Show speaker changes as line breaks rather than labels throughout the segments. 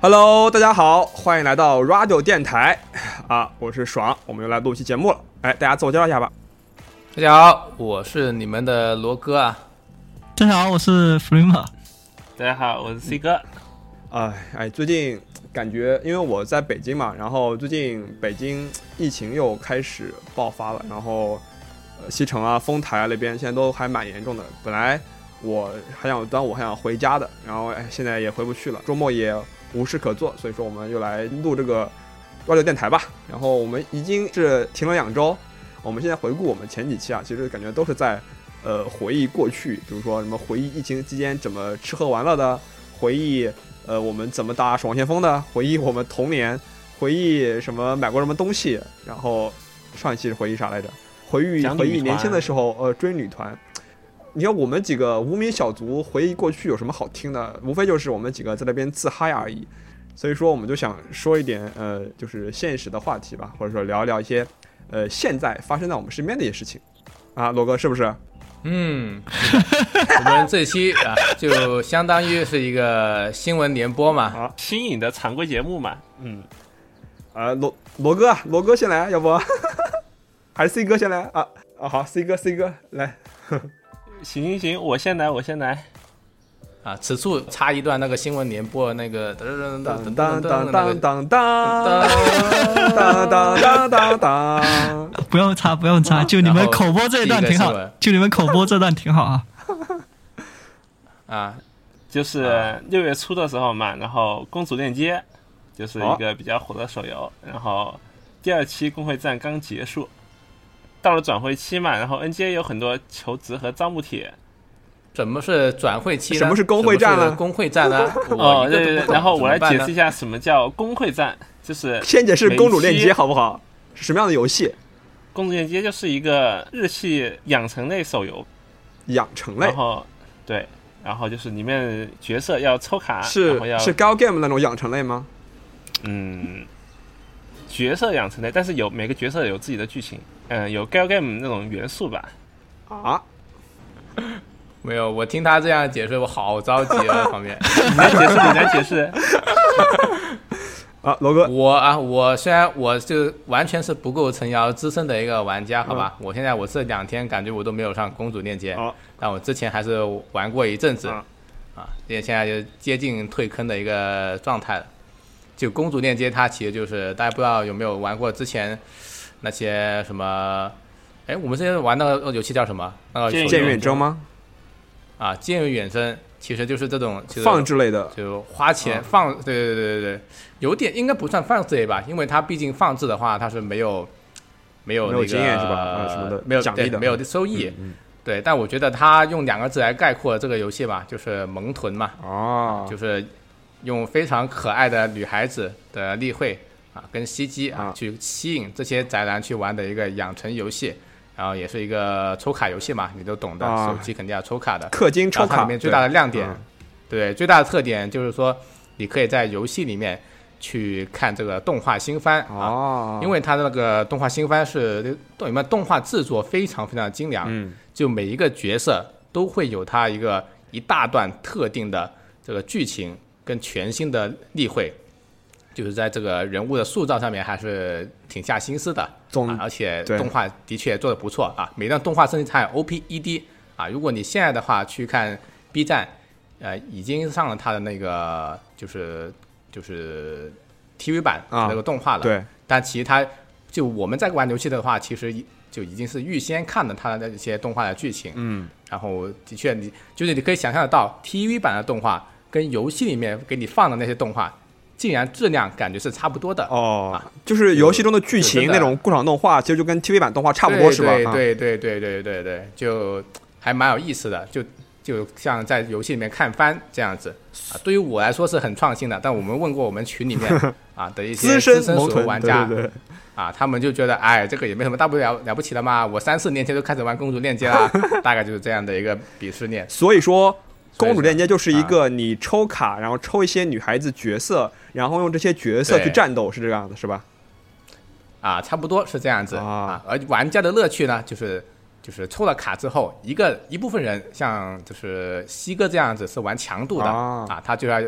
Hello，大家好，欢迎来到 Radio 电台啊，我是爽，我们又来录一期节目了。哎，大家自我介绍一下吧。
大家好，我是你们的罗哥啊。
大家好，我是 Freema。
大家好，我是 C 哥。
哎哎，最近感觉因为我在北京嘛，然后最近北京疫情又开始爆发了，然后呃西城啊、丰台啊那边现在都还蛮严重的。本来我还想端午还想回家的，然后哎现在也回不去了，周末也无事可做，所以说我们又来录这个 radio 电台吧。然后我们已经是停了两周，我们现在回顾我们前几期啊，其实感觉都是在呃回忆过去，比如说什么回忆疫情期间怎么吃喝玩乐的，回忆呃我们怎么打守望先锋的，回忆我们童年，回忆什么买过什么东西，然后上一期是回忆啥来着？回忆
讲女
回忆
团
年轻的时候，呃追女团。你看我们几个无名小卒回忆过去有什么好听的？无非就是我们几个在那边自嗨而已。所以说，我们就想说一点呃，就是现实的话题吧，或者说聊一聊一些呃现在发生在我们身边的一些事情啊。罗哥是不是？
嗯，是的我们这期啊，就相当于是一个新闻联播嘛。
新颖的常规节目嘛，嗯，
啊，罗罗哥，罗哥先来，要不还是 C 哥先来啊？啊，好，C 哥，C 哥来。
行行行，我先来，我先来。
啊，此处插一段那个新闻联播的那个噔
当
噔
当当
噔噔
当
噔
当当
噔
当当当当。
不用插，不用插，就你
然
们
后
口播这一段
第一个
挺好
新闻，
就你们口播这段挺好啊。
啊，
就是六月初的时候嘛，然后《公主链接》就是一个比较火的手游，然后第二期工会战刚结束，到了转会期嘛，然后 NGA 有很多求职和招募帖，
什么是转会期呢？
什么是工会战呢
什么是工会战呢？
哦
我，一
对
个都
对
不
对，
懂
然后我来解释一
怎么办呢
下什么叫工会战，就是
先解释
每
公主链
期
接好不好？是什么样的游戏？
公主链接就是一个日系养成类手游，
养成类
然后对，然后就是里面角色要抽卡，然
是
后要
是 Gal Game 那种养成类吗？
嗯，角色养成类，但是有每个角色有自己的剧情，嗯，有 gal game 那种元 素吧。
啊，
没有，我听他这样解释，我好着急啊，旁边。
你来解释，你来解释。
啊，罗哥，
我啊，我虽然我就完全是不够撑腰资深的一个玩家，好吧，我现在我这两天感觉我都没有上公主链接，
好
但我之前还是玩过一阵子，
啊
啊，也现在就接近退坑的一个状态了。就公主链接，它其实就是大家不知道有没有玩过之前那些什么，哎，我们之前玩那个游戏叫什么？那个手
剑与
游
剑远征吗？
啊，剑与远征，其实就是这种就是
放置类的
就花钱
啊
放，对对对对对，有点应该不算放置类吧，因为它毕竟放置的话，它是没有没有
没
那
有
个
经验是吧啊什么的
没有
奖励的嗯
对没有收益。对，但我觉得它用两个字来概括这个游戏吧，就是萌臀嘛，
哦，
就是用非常可爱的女孩子的例会啊，跟袭击啊
啊
去吸引这些宅男去玩的一个养成游戏，然后也是一个抽卡游戏嘛，你都懂的，
啊
手机肯定要抽卡的。
氪金抽
然后它
卡
里面最大的亮点
嗯，
对最大的特点就是说，你可以在游戏里面去看这个动画新番啊，
哦，
因为它的那个动画新番是动里面动画制作非常非常精良，
嗯
就每一个角色都会有它一个一大段特定的这个剧情跟全新的例会。就是在这个人物的塑造上面还是挺下心思的，
总
啊，而且
嗯对
动画的确做的不错啊，每段动画甚至还有 OPED 啊。如果你现在的话去看 B 站，呃，已经上了它的那个就是就是 TV 版
啊
那个动画了。
对，
但其实它就我们在玩游戏的话，其实就已经是预先看了它的那些动画的剧情。
嗯，
然后的确你就是你可以想象得到 TV 版的动画跟游戏里面给你放的那些动画，竟然质量感觉是差不多的。
哦
啊，
就是游戏中的剧
就
情
真的
那种过场动画，其实就跟 TV 版动画差不多是吧？
对
啊，
对对对对对对，就还蛮有意思的，就就像在游戏里面看番这样子啊。对于我来说是很创新的，但我们问过我们群里面啊的一
资
些资
深
深
萌
手游
臀
玩家
对对对，
啊，他们就觉得哎，这个也没什么大不了了不起的嘛，我三四年前就开始玩公主链接啦，大概就是这样的一个鄙视链。
所以说。
所以
公主
说
链接就是一个你抽卡，然后抽一些女孩子角色，然后用这些角色
对
去战斗，是这个样子，是吧？
啊，差不多是这样子
啊
啊。而玩家的乐趣呢，就是就是抽了卡之后，一个一部分人像就是西哥这样子是玩强度的
啊
啊，他就要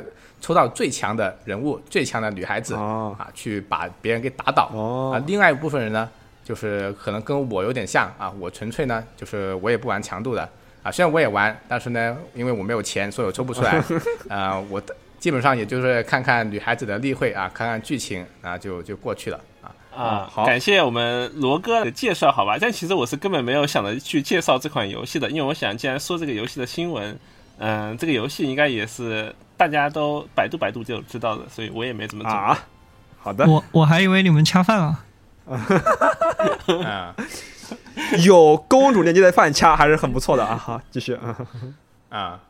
抽到最强的人物、最强的女孩子
哦
啊，去把别人给打倒。
哦
啊，另外一部分人呢，就是可能跟我有点像啊，我纯粹呢就是我也不玩强度的啊，虽然我也玩，但是呢，因为我没有钱，所以我抽不出 来。啊，我的基本上也就是看看女孩子的例会啊，看看剧情啊，就就过去了啊。
啊、
好
感谢我们罗哥的介绍，好吧？但其实我是根本没有想着去介绍这款游戏的，因为我想，既然说这个游戏的新闻，嗯、这个游戏应该也是大家都百度百度就知道的，所以我也没怎么准备。
啊，好的，
我我还以为你们恰饭啊了，
嗯
有公主链接的饭掐还是很不错的啊。 好，继续，嗯
啊，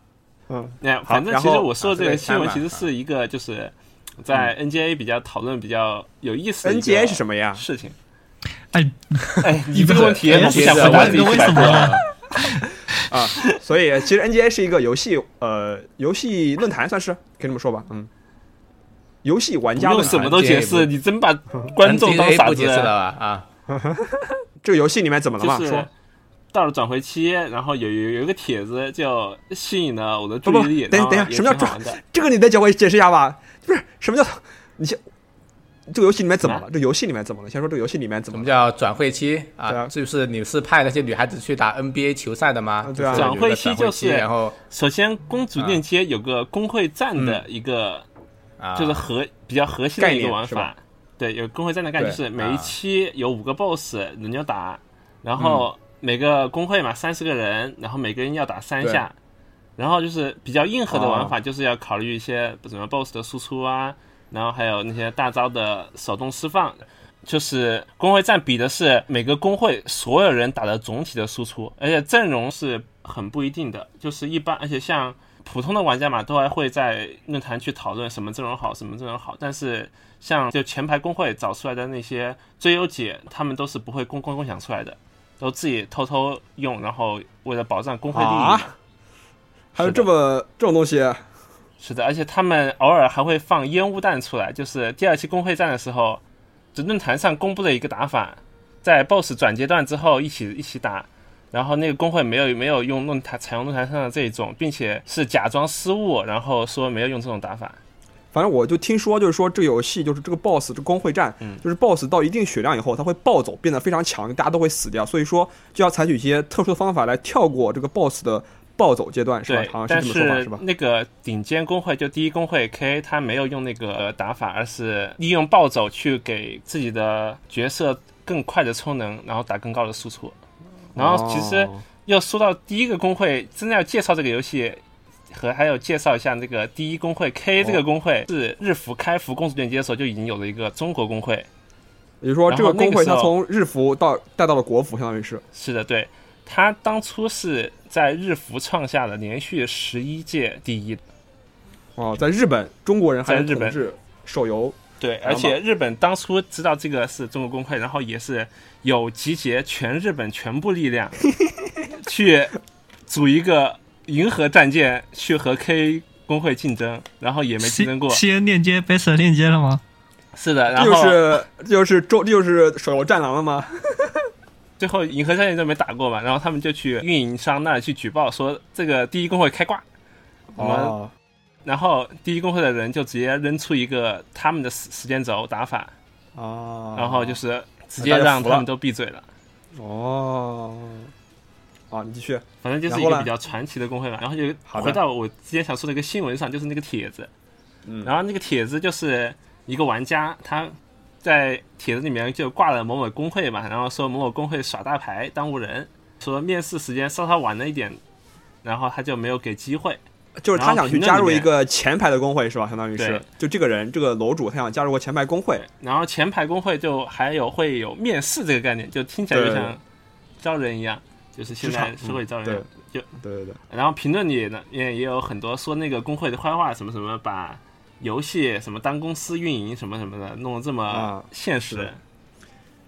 嗯，
那、
好
反正
然
其实
后
我说
啊这
这个
个
新闻
三
其实
版
是一个就是
嗯
在 NGA 比较讨论比较有意思的一
NGA
个
是什么呀？
事情。
哎，
哎， 你这个问题
别
啊我不
急
想
着
回答
问
自
个
己去
为
百
什
度
么
了。
呢？
啊，所以其实 NGA 是一个游戏呃游戏论坛，算是可以这么说吧，嗯，游戏玩
不
家
用
论
什
坛。
么都解释，你真把观众当
NGA
傻
不
子
解释了吧？啊，
这个游戏里面怎么了嘛？
嗯就是
说
到了转回期，然后有有有一个帖子就吸引了我的注
不不
意力。
等一下等一下
然后也
什么叫
挺好玩的？
这个你再教我解释一下吧？不是什么叫你先，这个游戏里面怎么
什
了？这游戏里面怎么了？先说这个游戏里面怎
什
么
么
了？
叫转会期
对
啊
啊？
就是你是派那些女孩子去打 NBA 球赛的吗？
对啊
就是有一个
转会期就是
然后
首先，公主链接有个工会战的一个，
啊，
就是核比较核心的
概
一个
念
玩
是
法
吧。
对，有工会战的概念，
对啊
就是每一期有五个 BOSS 轮流打，
嗯
然后每个工会嘛三十个人，然后每个人要打三
对
下。然后就是比较硬核的
啊
玩法，就是要考虑一些什么 BOSS 的输出啊，然后还有那些大招的手动释放，就是工会战比的是每个工会所有人打的总体的输出，而且阵容是很不一定的，就是一般，而且像普通的玩家嘛，都还会在论坛去讨论什么阵容好，什么阵容好，但是像就前排工会找出来的那些最优解，他们都是不会公共共享出来的，都自己偷偷用，然后为了保障工会利益 嘛。
啊还有这么这种东西
是的，而且他们偶尔还会放烟雾弹出来，就是第二期公会战的时候，就论坛上公布了一个打法，在 BOSS 转阶段之后一起一起打，然后那个工会没有没有用论坛采用论坛上的这一种，并且是假装失误，然后说没有用这种打法。
反正我就听说，就是说这个游戏就是这个 boss 这个工会战，
嗯
就是 boss 到一定血量以后，它会暴走，变得非常强，大家都会死掉，所以说就要采取一些特殊的方法来跳过这个 boss 的暴走阶段，是吧？
对，
好像
但
是这么说法，
是
是吧？
那个顶尖工会就第一工会 K，他没有用那个呃打法，而是利用暴走去给自己的角色更快的充能，然后打更高的输出。然后其实、
哦
要说到第一个工会，真的要介绍这个游戏，和还有介绍一下那个第一工会 K
哦
这个工会、是日服开服公主链接的时候就已经有了一个中国工会。
也就是说
然
这
后
个工
那个
会
时
它
候
从日服到带到了国服，相当于是
是的，对，他当初是在日服创下了连续十一届第一。
哦，在日本中国人还
在
是
日
统
本
治手游
对，
然
而
后
且
嘛
日本当初知道这个是中国工会，然后也是有集结全日本全部 力量去组一个银河战舰去和 K 工会竞争，然后也没竞争过。
西恩链接 b a s 链接了吗？
是的，然
这
后
就是这就是周这就是手游战狼了吗？
最后银河战舰就没打过嘛，然后他们就去运营商那里去举报说这个第一工会开挂，我们
哦，
然后第一工会的人就直接扔出一个他们的时时间轴打法，
啊，
然后就是直接
大家
让
服
他
了
们都闭嘴了。
哦，啊，你继续，
反正就是
然
一
后
个
呢
比较传奇的工会嘛。然后就
好的
回到我之前想说的一个新闻上，就是那个帖子，
嗯
然后那个帖子就是一个玩家他在帖子里面就挂了某某工会嘛，然后说某某工会耍大牌耽误人，说面试时间稍稍晚了一点，然后他就没有给机会。
就是他想去加入一
然后评
个前排的工会是吧？相当于是
对，
就这个人这个楼主他想加入个前排工会，
然后前排工会就还有会有面试这个概念，就听起来就
对
像招人一样，就是现在
职场
社会招人一样。
对对对，
然后评论里呢也也有很多说那个工会的坏话，什么什么把游戏什么当公司运营什么什么的，弄得这么
啊
现实。
是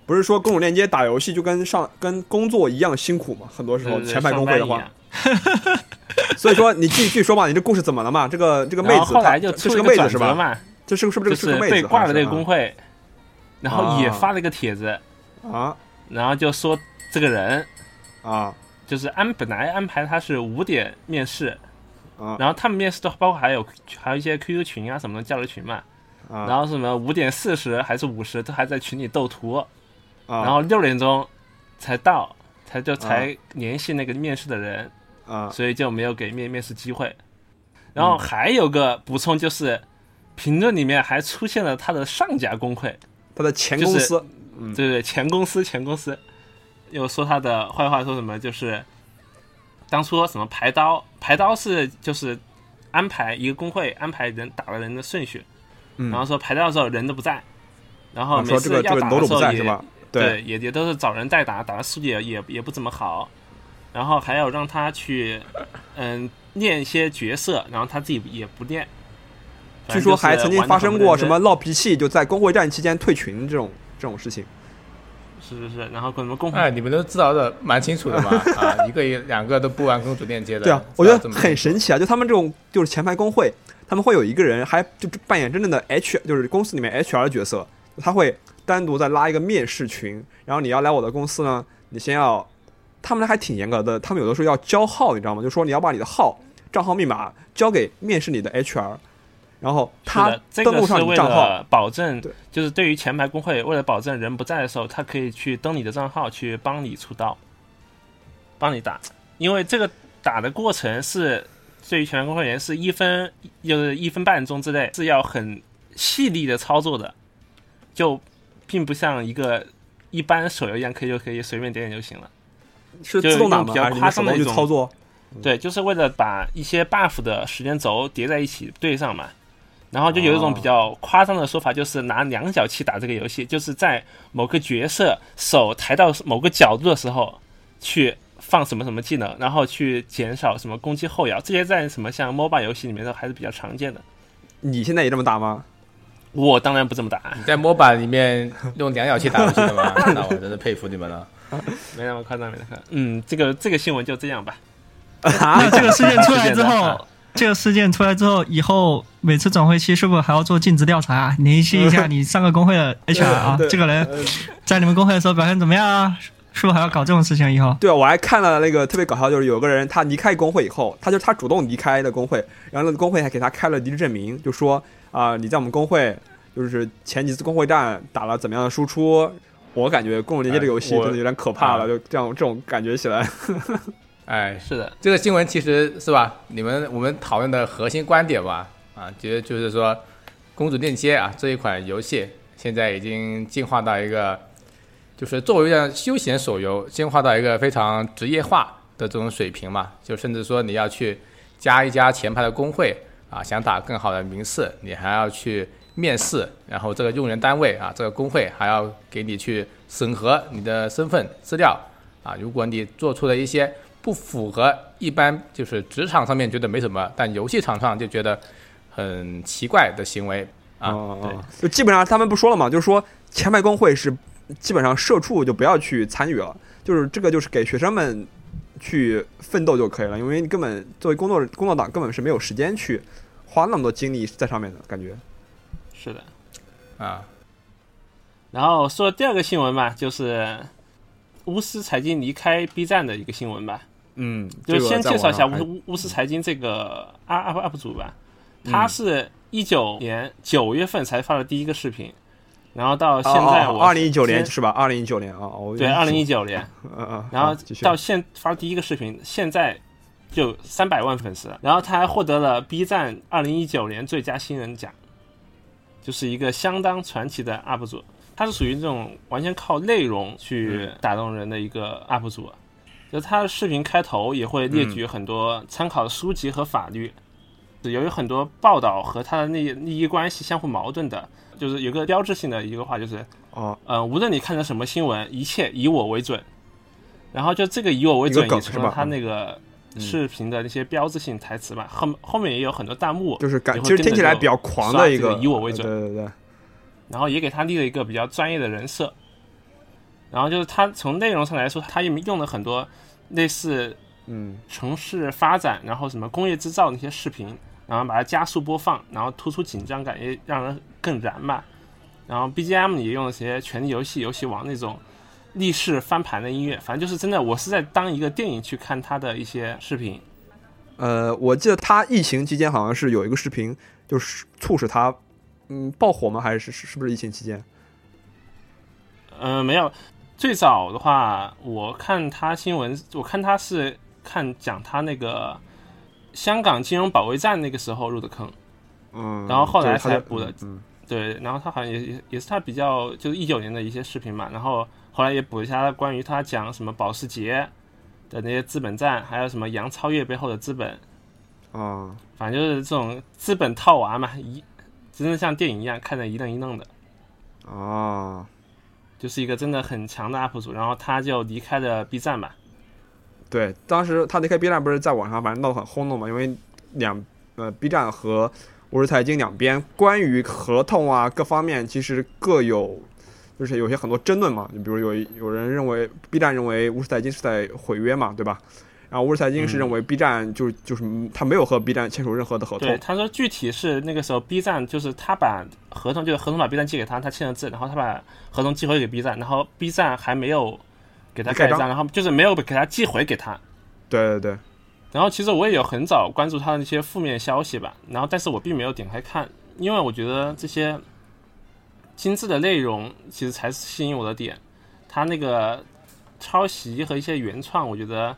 不是说公主链接打游戏就跟上跟工作一样辛苦嘛？很多时候
对对
前排工会的
上班一
话
样，
所以说你继续继续说吧，你这故事怎么了嘛？这个这个妹
然后
子
后来
她
就
这
出
是个
了一个
妹
转
子是
折
吧？
嘛，
这是个是不
就是
是
是
个妹子？啊
被挂了这个工
会
会，然后也
啊
发了一个帖子，
啊
然后就说这个人
啊
就是安本来安排他是五点面试，
啊
然后他们面试都包括还有还有一些 QQ 群啊什么的交流群嘛，然
啊
后什么五点四十还是五十都还在群里斗图，
啊！
然后六点钟才到，才就才联系那个面试的人，
啊嗯
所以就没有给面面试机会。然后还有个补充就是，评论里面还出现了他的上家工会，
他的前公司
啊
嗯
对对，前公司前公司，又说他的坏话，说什么就是当初什么排刀，排刀是就是安排一个工会安排人打了人的顺序，
嗯
然后说排刀的时候人都不在，然后
啊
每
说这
次
个这
要
个
打
楼
的
主
时
不
候
在
也
是吧？
对，也也都是找人代打，打的数据也也也不怎么好，然后还要让他去，嗯，练一些角色，然后他自己也不练。
据说还曾经发生过什么
反
闹脾气，就在工会战期间退群这种这种事情。
正就是玩得很不认真是是是，然后什么共
哎，你们都知道的蛮清楚的嘛，啊，一个一两个都不玩公主链接的，
对啊，
知道
我觉
这
得
么
很
清楚
神奇啊！就他们这种就是前排工会，他们会有一个人还就就扮演真正的 H，就是公司里面 HR 的角色，他会单独再拉一个面试群，然后你要来我的公司呢，你先要，他们还挺严格的，他们有的时候要交号，你知道吗？就说你要把你的号、账号密码交给面试你的 HR，然后他
是的这
登
个
录上
是
你
为
的账号，
了保证
对，
就是对于前排工会，为了保证人不在的时候，他可以去登你的账号去帮你出刀，帮你打，因为这个打的过程是对于前排工会员是一分就是一分半钟之内是要很细腻的操作的，就并不像一个一般手游一样可以就可以随便点点就行了。
是
就
自动打吗？
用比较
还是你
夸
们手
张的
动去
一种
操作？
对，就是为了把一些 buff 的时间轴叠在一起对上嘛。然后就有一种比较夸张的说法，就是拿两脚气打这个游戏，就是在某个角色手抬到某个角度的时候，去放什么什么技能，然后去减少什么攻击后摇，这些在什么像 MOBA 游戏里面都还是比较常见的。
你现在也这么打吗？
我当然不这么打，
你在 MOBA 里面用两脚气打游戏的吗？那我真的佩服你们了。
没那么夸张，没那么夸张。嗯，这个这个新闻就这样吧。啊
那这个事件出来之
事件的
后，这个事件出来之后，以后每次转会期是不是还要做尽职调查啊？联系一下你上个工会的 HR 啊
对，
这个人在你们工会的时候表现怎么样啊？是不是还要搞这种事情？以后
对，啊我还看了那个特别搞笑，就是有个人他离开工会以后，他就他主动离开的工会，然后那个工会还给他开了离职证明，就说啊、你在我们工会就是前几次工会战打了怎么样的输出。我感觉《公主连接》这个游戏
哎我
真的有点可怕了，
啊
就这样这种感觉起来。
哎，
是的，
这个新闻其实是吧？你们我们讨论的核心观点吧，啊，其实就是说，《公主链接啊》这一款游戏现在已经进化到一个，就是作为一个休闲手游，进化到一个非常职业化的这种水平嘛。就甚至说你要去加一加前排的工会啊，想打更好的名次，你还要去面试，然后这个用人单位啊，这个工会还要给你去审核你的身份资料啊。如果你做出了一些不符合一般就是职场上面觉得没什么，但游戏场上就觉得很奇怪的行为啊，
哦
对
哦就基本上他们不说了嘛，就是说前排工会是基本上社畜就不要去参与了，就是这个就是给学生们去奋斗就可以了，因为你根本作为工作工作党根本是没有时间去花那么多精力在上面的感觉。
是的。
啊，
然后说第二个新闻嘛，就是巫师财经离开 B 站的一个新闻吧。
嗯，这
就是
个
先
在
介绍
网
一下
上
巫
还嗯
巫巫师财经这个 up up up 主吧，他是一九年九月份才发的第一个视频，然后到现在我
哦二零一九年
先
是吧？二零一九年啊，我
对二零一九年，
嗯嗯嗯，
然后
好继续
到现发第一个视频，现在就三百万粉丝了，然后他还获得了 B 站二零一九年最佳新人奖，就是一个相当传奇的 UP 主，他是属于这种完全靠内容去打动人的一个 UP 主，啊就他的视频开头也会列
嗯
举很多参考的书籍和法律。由于很多报道和他的利利益关系相互矛盾的，就是有个标志性的一个话，就是
哦，
呃，无论你看到什么新闻，一切以我为准。然后就这个以我为
一
准，
个梗
也成
是
了
吧嗯
他那个视频的那些标志性台词嘛。后后面也有很多弹幕，
就是感
也会
其实
跟着
听起来
就
比较狂
刷
的一
这个以我为
对
准
对对对，
然后也给他立了一个比较专业的人设。然后就是他从内容上来说，他也用了很多类似
嗯
城市发展，然后什么工业制造那些视频，然后把它加速播放，然后突出紧张感，也让人更燃嘛。然后 BGM 也用了些《权力游戏》《游戏王》那种立式翻盘的音乐，反正就是真的，我是在当一个电影去看他的一些视频。
呃，我记得他疫情期间好像是有一个视频，就是促使他嗯爆火吗？还是是是不是疫情期间？
嗯、没有，最早的话，我看他新闻，我看他是看讲他那个香港金融保卫战那个时候入的坑。
嗯，
然后后来
就是他在
才补的
嗯，
对，然后他好像也也也是他比较就是一九年的一些视频嘛，然后后来也补一下关于他讲什么保时捷的那些资本战，还有什么杨超越背后的资本，
嗯啊，
反正就是这种资本套娃嘛，一真的像电影一样看得一愣一愣的，
啊，
就是一个真的很强的 UP 主，然后他就离开了 B 站吧，
对，当时他离开 B 站不是在网上反正闹得很轰动嘛，因为两呃 B 站和五十财经两边关于合同啊各方面其实各有。就是有些很多争论嘛，就比如有一有人认为 B 站认为五十财经是在毁约嘛，对吧？然后五十财经是认为 B 站就、就是嗯他没有和 B 站签署任何的合
对，
同，
他说具体是那个时候 B 站就是他把合同就是合同把 B 站借给他，他签了字，然后他把合同寄回给 B 站，然后 B 站还没有给他
没盖
盖
章
章，然后就是没有给他寄回给他。
对对对，
然后其实我也有很早关注他的那些负面消息吧，然后但是我并没有点开看，因为我觉得这些精致的内容其实才是吸引我的点。他那个抄袭和一些原创，我觉得，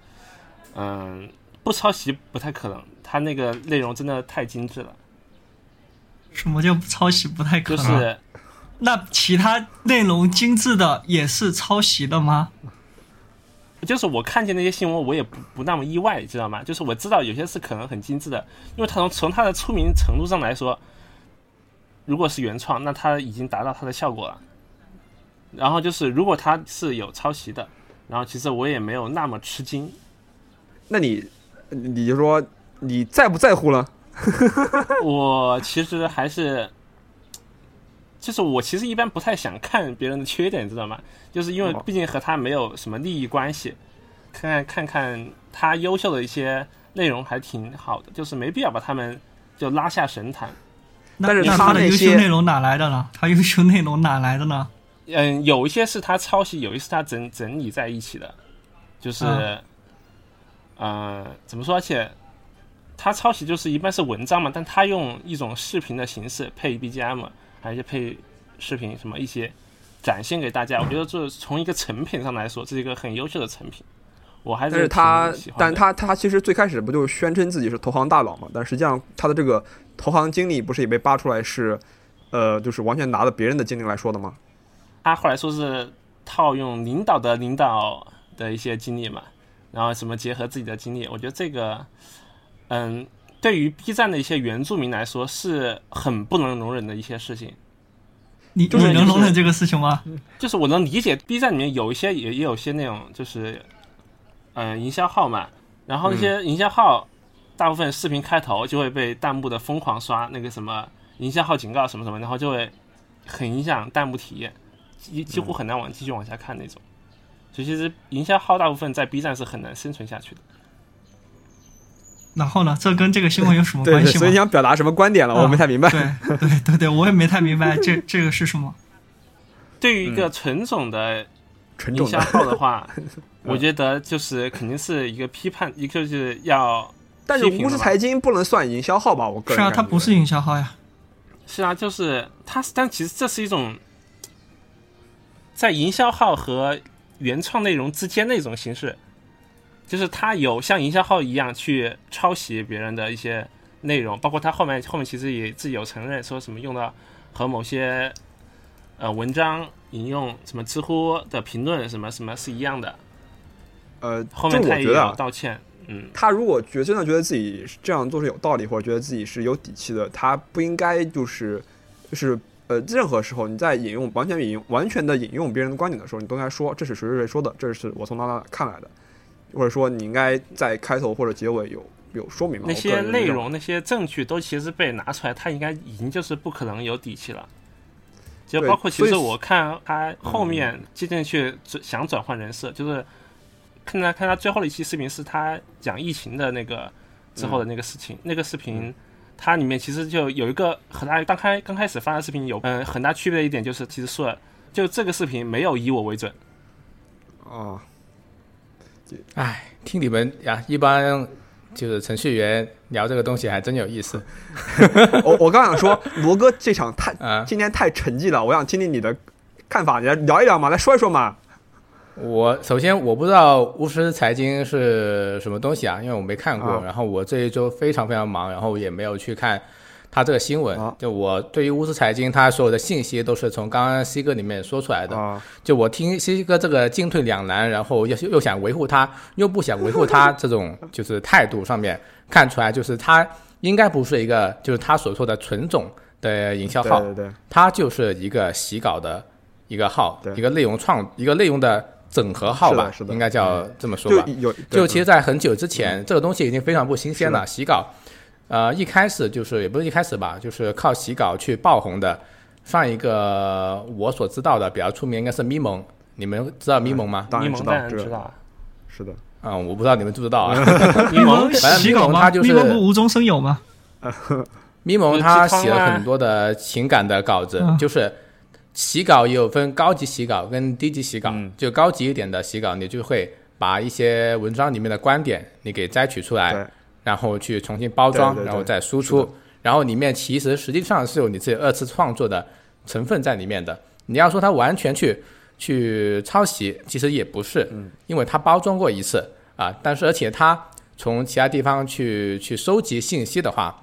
嗯，不抄袭不太可能。他那个内容真的太精致了，
什么叫抄袭不太可
就
能？啊
是
那其他内容精致的也是抄袭的吗？
就是我看见那些新闻，我也不不那么意外，知道吗？就是我知道有些是可能很精致的，因为他从从它的出名程度上来说，如果是原创，那它已经达到它的效果了。然后就是如果它是有抄袭的，然后其实我也没有那么吃惊，
那你你就说你在不在乎了？
我其实还是，就是我其实一般不太想看别人的缺点，你知道吗？就是因为
哦
毕竟和他没有什么利益关系，看看看看他优秀的一些内容还挺好的，就是没必要把他们就拉下神坛。
那
但是
那
他
他的
那
优
些
秀内容哪来的呢？他优秀内容哪来的呢？
嗯，有一些是他抄袭，有一些是他整整理在一起的，就是，
啊
嗯
呃，怎么说？而且他抄袭就是一般是文章嘛，但他用一种视频的形式配 BGM，还是配视频什么一些展现给大家。我觉得这从一个成品上来说，这是一个很优秀的成品，我还
但是
是
他
挺喜，欢
但
的
他他其实最开始不就宣称自己是投行大佬嘛？但实际上他的这个投行经历不是也被扒出来是，呃，就是完全拿了别人的经历来说的吗？
他后来说是套用领导的领导的一些经历嘛，然后什么结合自己的经历，我觉得这个，嗯，对于 B 站的一些原住民来说是很不能容忍的一些事情。
你
就是
你能容
就是
忍这个事情吗？
就是我能理解 B 站里面有一些也也有些那种就是，嗯，营销号嘛，然后那些营销号大部分视频开头就会被弹幕的疯狂刷那个什么营销号警告什么什么，然后就会很影响弹幕体验，几几乎很难往继续往下看那种。所以其实营销号大部分在 B 站是很难生存下去的。
然后呢？这跟这个新闻有什么
对
关
对，
系吗？啊
所以你想表达什么观点了？我没太明 白。
对对对对，我也没太明白这这个是什么。
对于一个纯种的
纯
营
种
销
的，
号的话，我觉得就是肯定是一个批判，一个就是要
但是
批评
无
了
知
嘛
财经不能算营销号吧？我个人
是啊，
感觉
它不是营销号呀。
是啊，就是它是，但其实这是一种在营销号和原创内容之间的一种形式，就是它有像营销号一样去抄袭别人的一些内容，包括它后面后面其实也自己有承认说什么用到和某些呃文章引用什么知乎的评论什么什么是一样的，
呃，
后
就
面
我
它也
觉得
有
啊，
道歉，嗯，
他如果觉真的觉得自己这样做是有道理，或者觉得自己是有底气的，他不应该就是就是呃，任何时候你在引用完全引用完全的引用别人的观点的时候，你都应该说这是谁谁谁说的，这是我从哪哪看来的，或者说你应该在开头或者结尾有有说明嘛。
那
我
些
个人
内
认为
容、那些证据都其实被拿出来，他应该已经就是不可能有底气了。就
对
包括其
所以嗯
实我看他后面渐渐去转想转换人设，就是看他看他最后的一期视频是他讲疫情的那
嗯
个之后的那个事情，那个视频。它里面其实就有一个很大，刚开刚开呃始发的视频有嗯很大区别的一点就是，其实说就这个视频没有以我为准，
哦，
哎，听你们呀，一般就是程序员聊这个东西还真有意思。
我我刚想说，罗哥这场太
啊
今天太沉寂了，我想听听你的看法，你来聊一聊嘛，来说一说嘛。
我首先我不知道巫师财经是什么东西啊，因为我没看过。
啊
然后我这一周非常非常忙，然后也没有去看他这个新闻。
啊
就我对于巫师财经，他所有的信息都是从刚刚西哥里面说出来的。
啊，
就我听西哥这个进退两难，然后又又想维护他，又不想维护他这种就是态度上面看出来，就是他应该不是一个就是他所说的纯种的营销
对
号，
对对，
它就是一个洗稿的一个号
对，
一个内容创一个内容的整合号吧，
是的是的
应该叫这么说吧
就。有
就
对嗯
其实，在很久之前，这个东西已经非常不新鲜了。洗稿，呃，一开始就是也不是一开始吧，就是靠洗稿去爆红的。上一个我所知道的比较出名应该是咪蒙，你们知道咪蒙吗？
当
柠
然知
檬
道
当然
这
知
个
道，
是的，
嗯，我不知道你们知不知道啊。
嗯
柠檬
蒙洗稿吗？
反正
咪
咪蒙它就是
蒙不无中生有吗？
咪蒙
有
他
鸡汤
写了
啊
很多的情感的稿子，
嗯
就是洗稿也有分高级洗稿跟低级洗稿，
嗯
就高级一点的洗稿，你就会把一些文章里面的观点你给摘取出来
对，
然后去重新包装，
对对对
然后再输出，然后里面其实实际上是有你自己二次创作的成分在里面的。你要说它完全去去抄袭，其实也不是，因为它包装过一次啊，但是而且它从其他地方去去收集信息的话，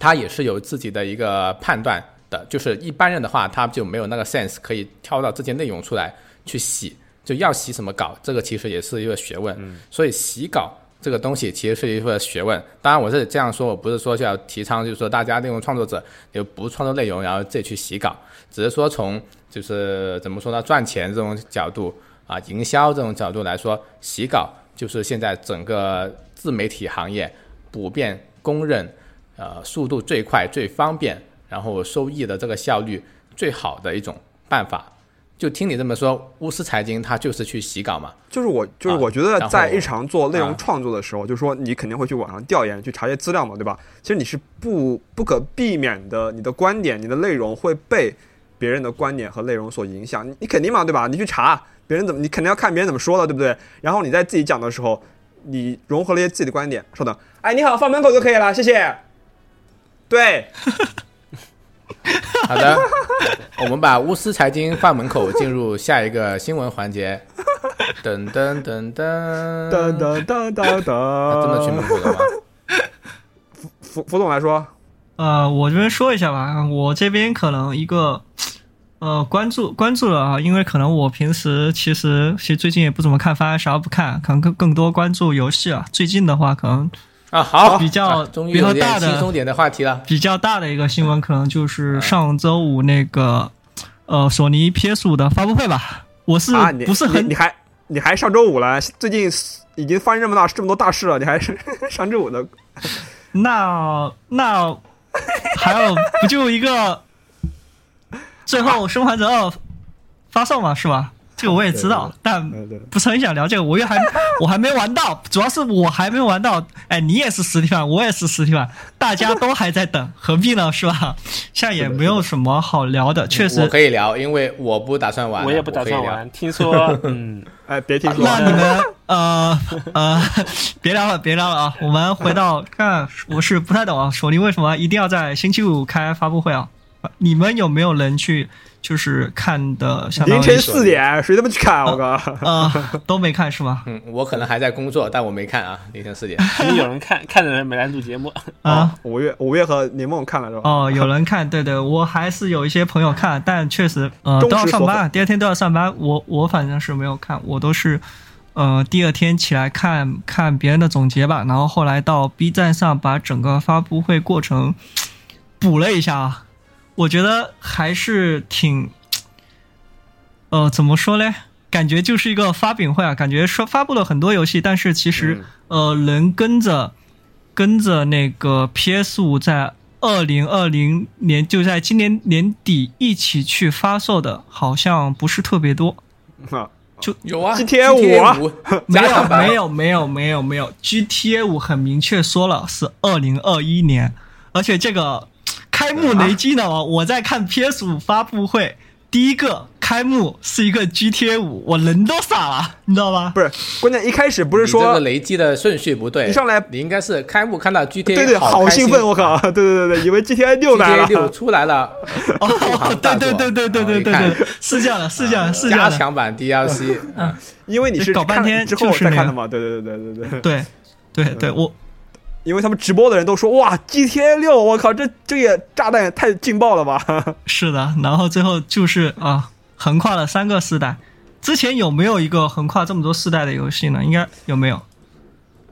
他也是有自己的一个判断的，就是一般人的话，他就没有那个 sense 可以挑到这些内容出来去洗，就要洗什么稿，这个其实也是一个学问。所以洗稿这个东西其实是一个学问。当然，我是这样说，我不是说要提倡，就是说大家内容创作者就不创作内容，然后自己去洗稿，只是说从就是怎么说呢，赚钱这种角度啊，营销这种角度来说，洗稿就是现在整个自媒体行业普遍公认。呃速度最快、最方便，然后收益的这个效率最好的一种办法。就听你这么说，巫师财经它就是去洗稿嘛，
就是我就是
啊
我觉得
然后
在日常做内容
啊
创作的时候，就是说你肯定会去网上调研、去查一些资料嘛，对吧？其实你是不不可避免的，你的观点、你的内容会被别人的观点和内容所影响，你你肯定嘛，对吧？你去查别人怎么，你肯定要看别人怎么说的，对不对？然后你在自己讲的时候，你融合了一些自己的观点，稍等，哎，你好，放门口就可以了，谢谢。对，
好 的，我们把巫师财经放门口，进入下一个新闻环节。噔噔噔噔
噔，噔噔噔噔，
啊真的去门口了吗？
福福总来说，
呃，我这边说一下吧，我这边可能一个呃关注关注了啊，因为可能我平时其实其实最近也不怎么看番，啥都不看，可能更更多关注游戏啊。最近的话，可能
啊，好，
比较
啊终于
比较
有点
大的
轻松点的话题了。
比较大的一个新闻，可能就是
嗯
上周五那个呃索尼 PS 五的发布会吧。我是
啊，你
不是
你
很
你还你还上周五了？最近已经发生这么大这么多大事了，你还 是上周五的
那 那还有不就一个最后《生还者二》发售嘛，是吧？这个我也知道，但
对对
不是很想聊这个，我又还我还没玩到，主要是我还没玩到。哎，你也是实体版，我也是实体版，大家都还在 等，何必呢？是吧？现在也没有什么好聊的，确
我
实。
可以聊，因为我不打算玩了，
我也不打
可以
算
聊。
玩。听说，嗯，
哎，别听说，
啊那你们呃呃，别聊了，别聊了啊！我们回到看，我是不太懂啊，索尼为什么一定要在星期五开发布会啊？你们有没有人去就是看的相当
凌晨
于
四点，谁他妈去看？啊我靠！
呃都没看是吗？
嗯，我可能还在工作，但我没看啊，凌晨四点。
肯定有人看，看的人没来录节 目。
啊
五月五月和柠檬看了是吧？
哦，有人看，对对，我还是有一些朋友看，但确实呃
忠实
都要上
索
班，第二天都要上班，我我反正是没有看，我都是。呃，第二天起来看看别人的总结吧，然后后来到 B 站上把整个发布会过程补了一下啊，我觉得还是挺，呃，怎么说嘞？感觉就是一个发饼会啊，感觉说发布了很多游戏，但是其实、呃，能跟着跟着那个 PS 五在二零二零年就在今年年底一起去发售的，好像不是特别多。
啊
有啊
GTA 五啊
五
没
加上
有
版
没有没有没有没有，GTA 五很明确说了是二零二一年，而
啊
且这个开幕雷击呢，我在看 PS 五发布会，第一个开幕是一个 GTA 五，我人都傻了，你知道吧？
不是，关键一开始不是
你这个
说
雷击的顺序不对，
一上来
你应该是开幕看到 GTA，
对对，好
好啊
兴奋，我靠！对对对对，以为 GTA 六来了
！GTA 六出来了，
哦
入行，
对
大作
对对对对
然后
对
一
对
看呃
对， 是这样的，是这样的，是这
啊加
样的。
强版 DLC，嗯
因为你是
就搞半
看了
天
之后
就是
再
那
看的
样
嘛，对对对对对对，
对，对对，
嗯
我
因为他们直播的人都说哇 GTA 六，我靠，这这也炸弹也太劲爆了吧！
是的。然后最后就是啊，横跨了三个世代。之前有没有一个横跨这么多世代的游戏呢？应该有没有？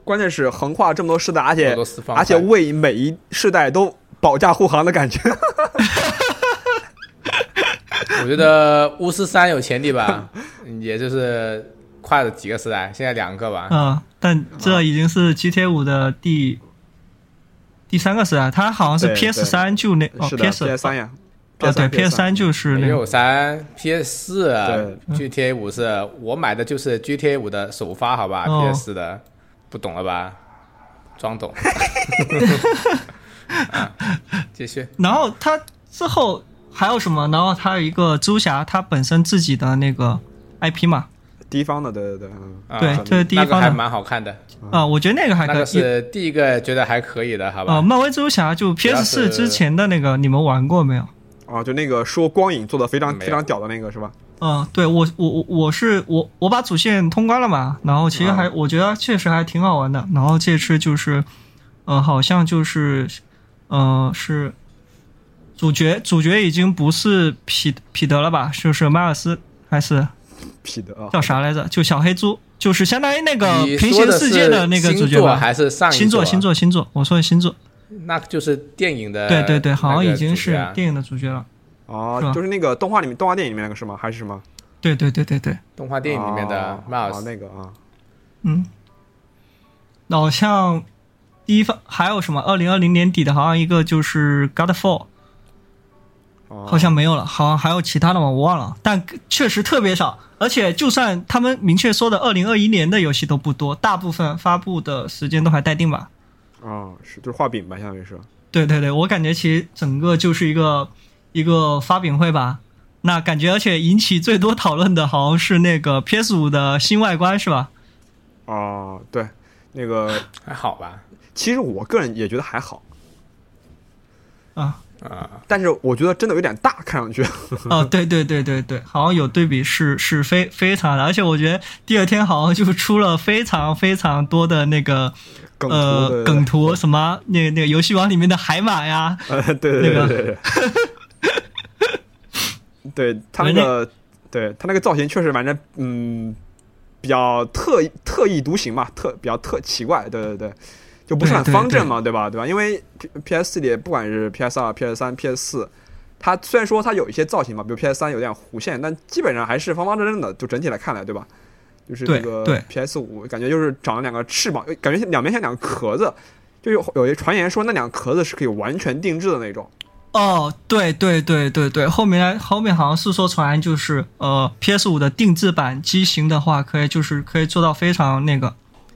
关键是横跨这么多世代，而且
俄罗斯方块
而且为每一世代都保驾护航的感觉。
我觉得巫师三有潜力吧， 也就是跨了几个时代，现在两个吧。
嗯，但这已经是 GTA 五的第第三个时代，它好像是
对对
PS 三就那 哦
是的
PS
，PS 三呀，
啊对
PS
PS 三就是那
六
个
三、PS 四、啊
对
GTA 五是我买的，就是 GTA 五的首发，好吧、
哦
p s 的，不懂了吧？装 懂。啊，继续。
然后它之后还有什么？然后它有一个蜘蛛侠，它本身自己的那个 IP 嘛，
敌方的，对对对，嗯
啊、
对这是第一
那个
方的
还蛮好看的，
啊，我觉得那个还
那
可
个
以。
是第一个觉得还可以的，好吧？
呃，漫威蜘蛛侠就
主要
PS
是
四之前的那个，你们玩过没有？
啊，就那个说光影做的非常
没有
非常屌的那个是吧？
嗯、对我我我我是我我把主线通关了嘛，然后其实
啊
还、我觉得确实还挺好玩的。然后这次就是，呃，好像就是，呃，是主角主角已经不是彼彼得了吧？就是迈尔斯还是
哦
屁的啊！
叫啥来着？就小黑猪，就是相当于那个
你
平
说
行
的
世界的那个
是
主
星
角
座啊
吧？
还是上一
星座星座星座，我说的星座，
那就是电影的
对对对，好像已经是
呃那个主角啊
电影的主角了。是
哦，
吧
就是那个动画里面动画电影里面那个是吗？还是什么？
对对对对对。
动画电影里面的
哦
迈尔斯
哦那个啊，
嗯，好像第一方还有什么？二零二零年底的，好像一个就是《Godfall》，
哦
好像没有了，好像还有其他的吗？我忘了，但确实特别少。而且就算他们明确说的二零二一年的游戏都不多，大部分发布的时间都还待定吧。
啊是就是画饼吧，相当于是
对对对，我感觉其实整个就是一个一个发饼会吧。那感觉，而且引起最多讨论的好像是那个 PS 五的新外观是吧？
啊，对，那个
还好吧？
其实我个人也觉得还好，
啊，
但是我觉得真的有点大，看上去
哦，对对对对对，好像有对比是是非非常的，而且我觉得第二天好像就出了非常非常多的那个
梗图
呃
对
梗图，什么那那个游戏王里面的海马呀，
呃， 对对对对 对对，对他那个，对他那个造型确实，反正嗯，比较特特立独行嘛，特比较特奇怪，对对对，就不是很
对对
方正嘛，对吧？对吧？因为 P S 四里不管是 P S 二、P S 三、P S 四，它虽然说它有一些造型嘛，比如 P S 三有点弧线，但基本上还是方方正正的，就整体来看来，对吧？就是这
对
个
对
P S 五，感觉就是长了两个翅膀，感觉两边像两个壳子，就有有些传言说那两个壳子是可以完全定制的那种。
哦，对对对对对，后面后面好像是说传言就是呃 PS 五的定制版机型的话，可以就是可以做到非常那个，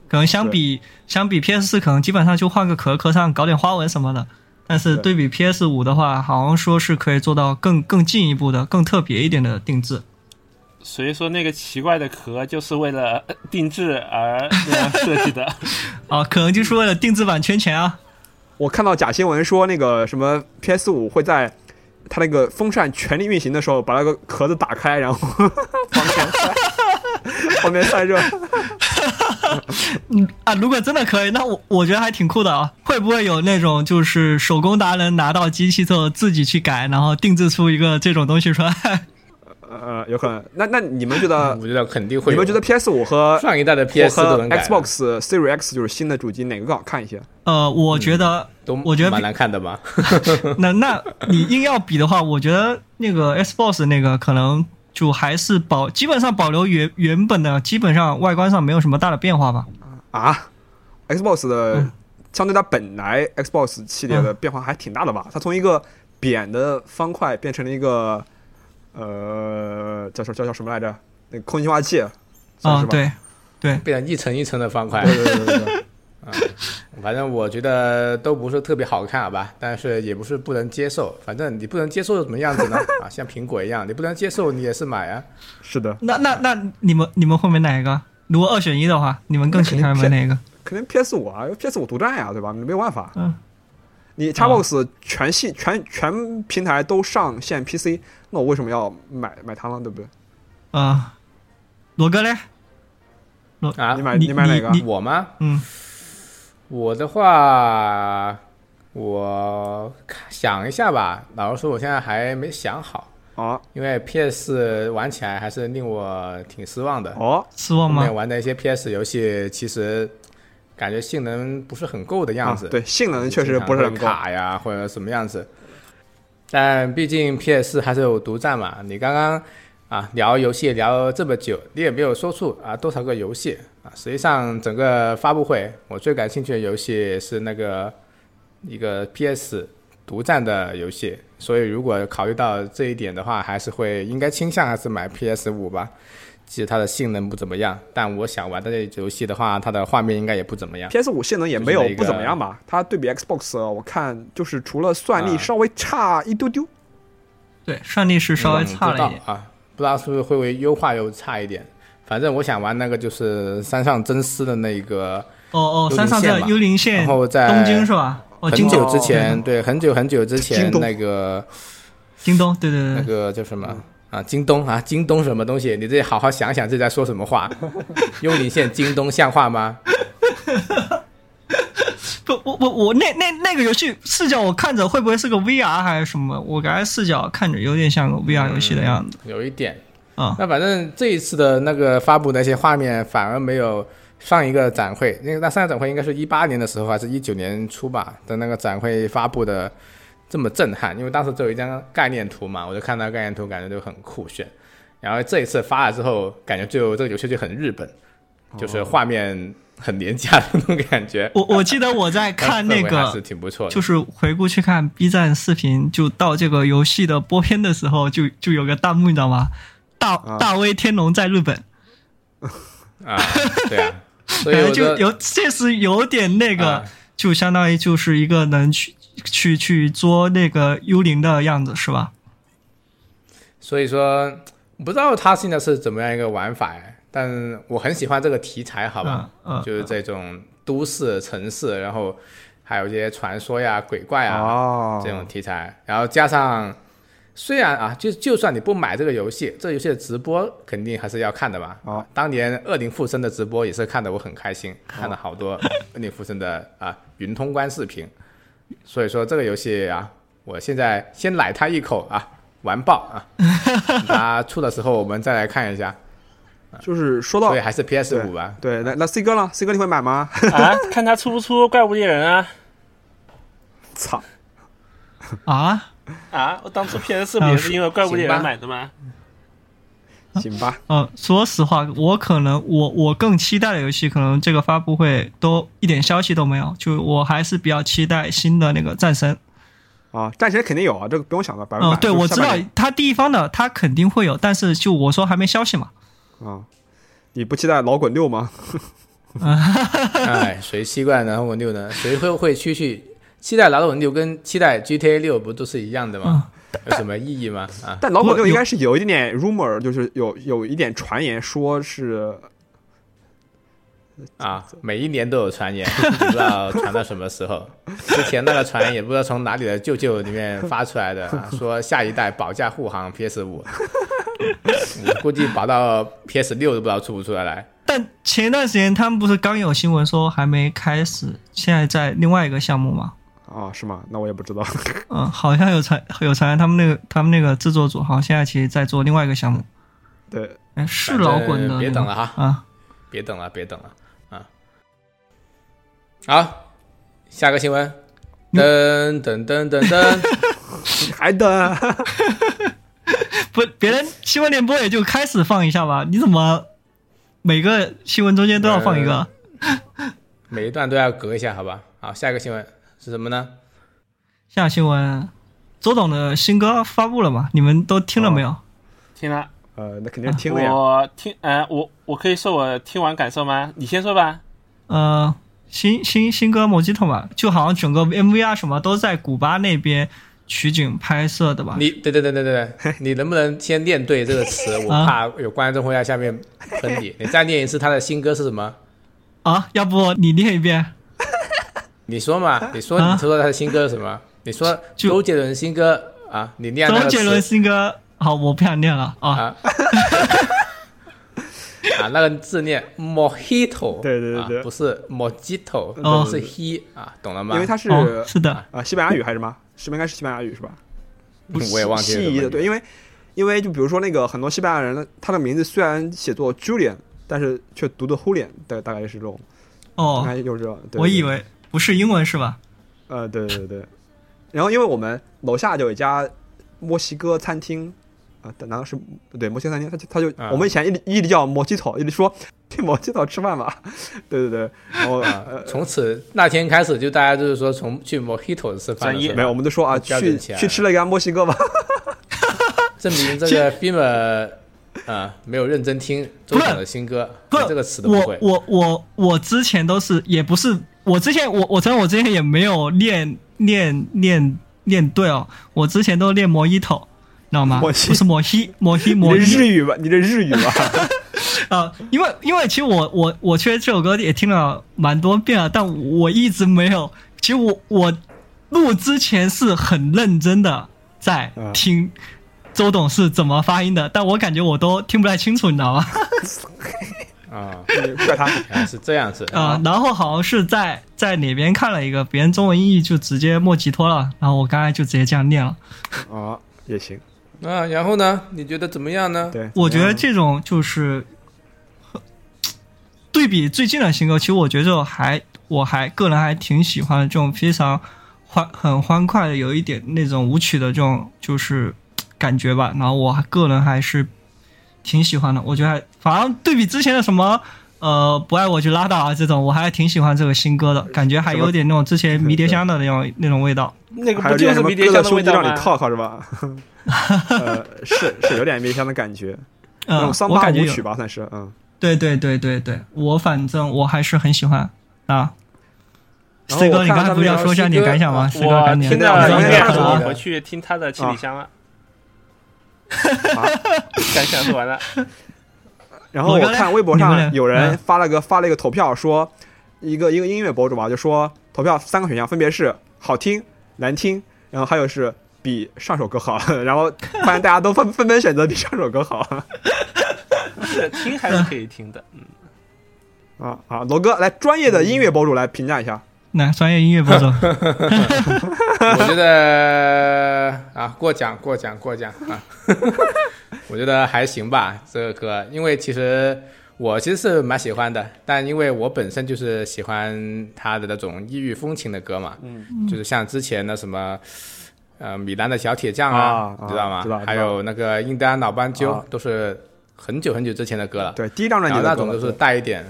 可能相比相比 PS 四可能基本上就换个壳壳上搞点花纹什么的，但是
对
对比 PS 五的话，好像说是可以做到更更进一步的、更特别一点的定制。
所以说那个奇怪的壳就是为了呃定制而那 样设计的。
啊，可能就是为了定制版圈钱啊。
我看到假新闻说那个什么 PS 五会在它那个风扇全力运行的时候，把那个壳子打开，然后 往前塞，往前散热。
嗯啊，如果真的可以，那我我觉得还挺酷的啊。会不会有那种就是手工达人拿到机器之后自己去改，然后定制出一个这种东西出来？
呃，有可能。那那你们觉得？
我觉得肯定嗯会
呃
有。
你们觉得 PS 五和
上一代的 PS 都
和
能改
Xbox Series X 就是新的主机哪个更好看一些？
呃，我觉得，
都
我觉得
蛮难看的吧？嗯
那那你硬要比的话，我觉得那个 Xbox 那个可能就还是保，基本上保留原原本的，基本上外观上没有什么大的变化吧。
啊，Xbox 的、
嗯
相对它本来 Xbox 系列的变化还挺大的吧？它从一个扁的方块变成了一个呃叫叫叫叫什么来着？那个空气净化器，算
啊、
是吧？
对，对，
变成一层一层的方块，
对对对对对。
反正我觉得都不是特别好看，好吧，但是也不是不能接受。反正你不能接受什么样子呢？ 啊，像苹果一样，你不能接受，你也是买啊。
是的，
那那那你们你们会买哪一个？如果二选一的话，你们更倾向于 买哪个？
肯定 PS 五啊，PS 五独占呀、对吧？没有办法，
嗯，
你
啊
Xbox 全系、全全平台都上线 PC，那我为什么要买买它呢？对不对？
啊、罗哥嘞？
啊，
你买
你
买哪个？
你
我吗？
嗯，
我的话，我看想一下吧。老实说，我现在还没想好，
啊
因为 PS 玩起来还是令我挺失望的。
哦，
失望
后
吗
面？玩的一些 PS 游戏，其实感觉性能不是很够的样子。
啊对，性能确实
经常
不是
会
很够。
卡呀，或者什么样子。但毕竟 PS 还是有独占嘛。你刚刚啊聊游戏聊了这么久，你也没有说出啊多少个游戏啊。实际上整个发布会，我最感兴趣的游戏是那个一个 PS 独占的游戏，所以如果考虑到这一点的话，还是会应该倾向还是买 PS 五吧。即使它的性能不怎么样，但我想玩的这游戏的话，它的画面应该也不怎么样。
PS 五性能也没有
就是那个
不怎么样吧？它对比 Xbox，我看就是除了算力
啊
稍微差一丢丢，
对，算力是稍微差了一点。
嗯不知道啊，不知道是不是会不会优化又差一点。反正我想玩那个就是山上真司的那一个，
哦哦，山上的幽灵线，
然后在
东京是吧？哦，嗯
很
京
久
东
之前，对，很久很久之
京
前
东
那个
京东，对对
那
对对，
个叫什么啊？京东啊，京东什么东西？你自己好好想想这在说什么 话。幽灵线京东像话吗？
不，我我我那那那个游戏视角，我看着会不会是个 VR 还是什么？我感觉视角看着有点像个 VR 游戏的样子
有一点。
啊。
那反正这一次的那个发布的一些画面反而没有上一个展会，那个那上一个展会应该是一八年的时候还是一九年初吧的那个展会发布的这么震撼，因为当时只有一张概念图嘛，我就看到概念图感觉就很酷炫，然后这一次发了之后，感觉就这个游戏就很日本，就是画面很廉价的那种感觉。
我我记得 我在看那
但氛围还是
个，
挺不错的，
就是回顾去看 B 站视频，就到这个游戏的播片的时候，就就有个弹幕，你知道吗？大
啊
大威天龙在日本，
啊，对 啊，所以
感
我
觉就
的
有确实有点那个，
啊
就相当于就是一个能去去去捉那个幽灵的样子，是吧？
所以说不知道它现在是怎么样一个玩法哎，但我很喜欢这个题材，好吧，
嗯，嗯
就是这种都市城市，然后还有一些传说呀、鬼怪啊、
哦，
这种题材，然后加上。虽然啊，就就算你不买这个游戏，这个游戏的直播肯定还是要看的嘛。啊
哦
当年恶灵附身的直播也是看的我很开心，看了好多恶灵附身的啊云通关视频。所以说这个游戏啊，我现在先奶它一口啊，完爆 啊！等它出的时候我们再来看一下。
就是说到
所以还是 PS 五吧。
对，那那 C 哥呢？C 哥你会买吗？
啊，看他出不出怪物猎人啊
操，
啊，
啊！我当初 PS 不也是因为怪物
行
猎人
吧
买的吗？
行吧，
呃，说实话，我可能我我更期待的游戏，可能这个发布会都一点消息都没有，就我还是比较期待新的那个战神。
啊，战神肯定有啊，这个不用想的，百分
嗯、
百。
对，
就是
我
下
知道
半年
它地方的它肯定会有，但是就我说还没消息嘛。
啊，你不期待老滚六吗？
哎，谁习惯然后我六呢？谁会会去去期待《老滚六》跟期待 GTA 六不都是一样的
嗯
吗？有什么意义吗？啊，
但老滚
不
六
有
应该是有一点点 rumor，就是有有一点传言说是
啊，每一年都有传言，不知道传到什么时候。 之前那个传言也不知道从哪里的舅舅里面发出来的， 啊、说下一代保驾护航 PS 五，我估计保到 PS 六都不知道出不出得来。
但前一段时间他们不是刚有新闻说还没开始，现在在另外一个项目嘛？
啊，是吗？那我也不知道。
嗯，好像有传有传言他们那个他们那个制作组好像现在其实在做另外一个项目，
对，
哎，是老滚的那个吗，
别等了哈
啊！
别等了，别等了啊！好，下个新闻，噔噔噔噔噔，
还等
不，别人新闻联播也就开始放一下吧，你怎么每个新闻中间都要放一个？
每一段都要隔一下，好吧？好，下一个新闻是什么呢？
下新闻，周董的新歌发布了嘛？你们都听了没有？
听了，
呃，那肯定是听了呀。
我听，呃，我我可以说我听完感受吗？你先说吧。
呃，新新新歌《莫吉托》嘛，就好像整个 MV 啊什么都在古巴那边取景拍摄的吧？
你对对对对对， 你能不能先念对这个
啊
词？我怕有观众会在下面喷 你。你再念一次他的新歌是什么？
啊，要不你念一遍？
你说嘛，你说
啊
你说他的新歌是什么？你说
就
周杰伦新歌啊？你念那
周
个
杰伦
词
新歌，好，我不想念了啊。
啊？啊，那个字念 mojito，
对对对
啊
对
不是 mojito，、
哦
是 he 啊，懂了吗？
因为它是
哦，是的，
啊，西班牙语还是什么？是不是应该是西班牙语是吧？不是
我也忘记了
西西
怎么
裔的，
念
对，因为因为就比如说那个很多西班牙人，他的名字虽然写作 Julian，但是却读的 Julian，对，大概是这种，大
哦，
概就是这种。哎对
我以
对
为不是英文是吧？
呃，对对对。然后因为我们楼下就有一家墨西哥餐厅啊，难道是对墨西哥餐厅？他就他就、
啊
我们以前一直一直叫摩鸡头，一直说去摩鸡头吃饭吧。 对对对，然后、呃
啊，从此那天开始，就大家就是说从去 Mojito 吃饭
专
的
业
时候
没有，我们就说啊，
标准
去
起来
去吃了一家墨西 哥吧。
证明这个 Bim 啊没有认真听周董的新歌，
不
连这个词都不
我
会。
我我我之前都是也不是，我之前我我承认我之前也没有练练练练对哦，我之前都练摩伊头，知道吗？
摩
不
西
是摩西摩西
你
摩
这
西
日语吧，你这日语 吧，
啊，因为因为其实我我我确实这首歌也听了蛮多遍了，但我一直没有。其实我我录之前是很认真的在
嗯
听周董是怎么发音的，但我感觉我都听不太清楚，你知道吗？
啊，
你怪他。
原来是这样子
啊、然后好像是在在哪边看了一个别人中文译就直接莫吉托了，然后我刚才就直接这样念了。
哦
啊，也行，
啊，然后呢？你觉得怎么样呢？
对，
我觉得这种就是呃对比最近的新歌，其实我觉得这种还我还个人还挺喜欢的这种非常欢很欢快的，有一点那种舞曲的这种就是呃感觉吧。然后我还个人还是挺喜欢的，我觉得还反正对比之前的什么。呃，不爱我就拉倒啊！这种我还挺喜欢这个新歌的，感觉还有点那种之前迷迭香的那种那种味道。
那个
还
不
有
就
点什
是
么
迷
哥
迭
的
香的
兄
味
弟
道
让你
吗？
靠靠是 吧？呃，是是有点迷香的感觉，那
嗯
种，桑
我
巴
感
舞
觉有
曲吧，算是嗯。
对对对对对，我反正我还是很喜欢啊。
然后
C
我
哥，你
看
刚才
他
不是
们
要说一下你的感想吗？C 哥，
我
赶紧
听
到
了
了
应
应
该
该
是
是
我
我
啊
回去听他的行李箱了。
啊
感想说完了，
然后
我
我
刚才
看微博
你们
上
俩
有人
嗯
发了个发了一个投票，说一个一个音乐博主吧，就说投票三个选项分别是好听、难听，然后还有是比上首歌好， 然后发现大家都 纷纷纷选择比上首歌好
是听还是可以听的。
啊啊！罗哥来专业的音乐博主来评价一下，
来专业音乐播种。
我觉得啊，过奖过奖过奖啊， 我觉得还行吧，这个歌，因为其实我其实是蛮喜欢的，但因为我本身就是喜欢他的那种异域风情的歌嘛，嗯，就是像之前的什么。呃，米兰的小铁匠
啊啊
知道吗？
知道
还
知道
有那个印第安老斑鸠，
啊
都是很久很久之前的歌了。
对第一张专
然
辑的
后那
歌
种
吧，
就是带一点，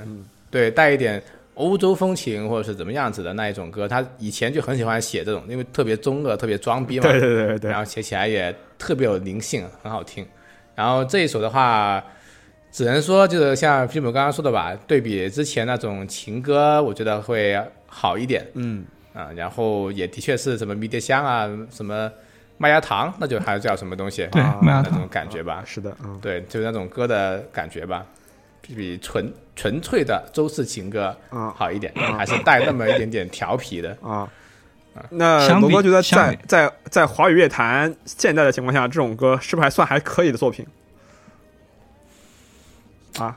对，带一点欧洲风情或者是怎么样子的那一种歌。他以前就很喜欢写这种，因为特别中二、特别装逼嘛，
对对对对对
然，后写起来也特别有灵性，很好听。然后这一首的话，只能说就是像 Pim 刚刚说的吧，对比之前那种情歌，我觉得会好一点。
嗯，
啊，然后也的确是什么迷迭香啊，什么麦芽糖，那就还有叫什么东西，
对
啊
麦芽
那
糖
种感觉吧。
是的，嗯
对，就是那种歌的感觉吧，比纯纯粹的周氏情歌
啊
好一点，还是带那么一点点调皮的。
啊。那
相
罗
比
哥觉得
相
在
比
在在华语乐坛现在的情况下，这种歌是不是还算还可以的作品？啊，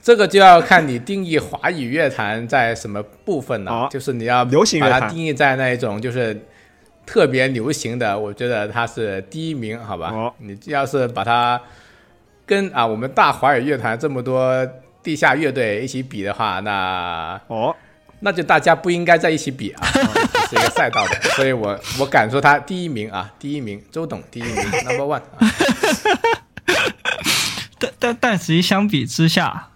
这个就要看你定义华语乐坛在什么部分了、
啊
就是你要
流行乐
把它
坛
定义在那一种就是特别流行的，我觉得它是第一名，好吧？
哦
你要是把它跟啊我们大华语乐坛这么多地下乐队一起比的话，那
哦，
那就大家不应该在一起比 啊，这是一个赛道的，所以我我敢说他第一名啊，第一名，周董第一 名，Number One 啊，
但但但实际相比之下，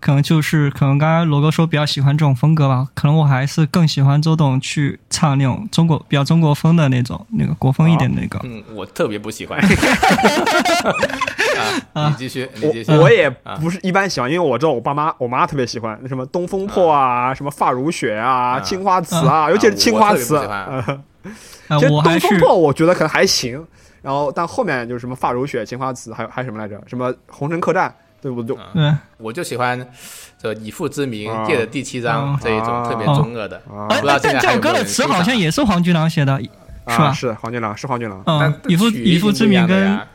可能就是可能刚刚罗哥说比较喜欢这种风格吧，可能我还是更喜欢周董去唱那种中国比较中 国风的那种那个国风一点的那个。
嗯，我特别不喜欢，啊，你继续，你继续。
我我也
啊
不是一般喜欢，因为我知道我爸妈我妈特别喜欢那什么东风破啊，什么发如雪啊，
啊
青花瓷啊，
啊
尤其是青花瓷。
我特别不喜欢
嗯
啊
其实
我
东
还
风
是
破我觉得可能还行，然后但后面就是什么发如雪、青花瓷，还有还有什么来着？什么红尘客栈，对不
啊
对？
对。
我就喜欢这以父之名
啊
借的第七章
啊
这一种特别中二的，
啊
不知道
哎，
现
但
在
这
还
首
有没
歌
有
的
人欣
词
赏
好像也是黄俊郎写的，是
啊，
吧？
是黄俊郎，是黄俊郎。
嗯，
但
以父
曲
以
一
父
定
之
不一
名
样的
跟
呀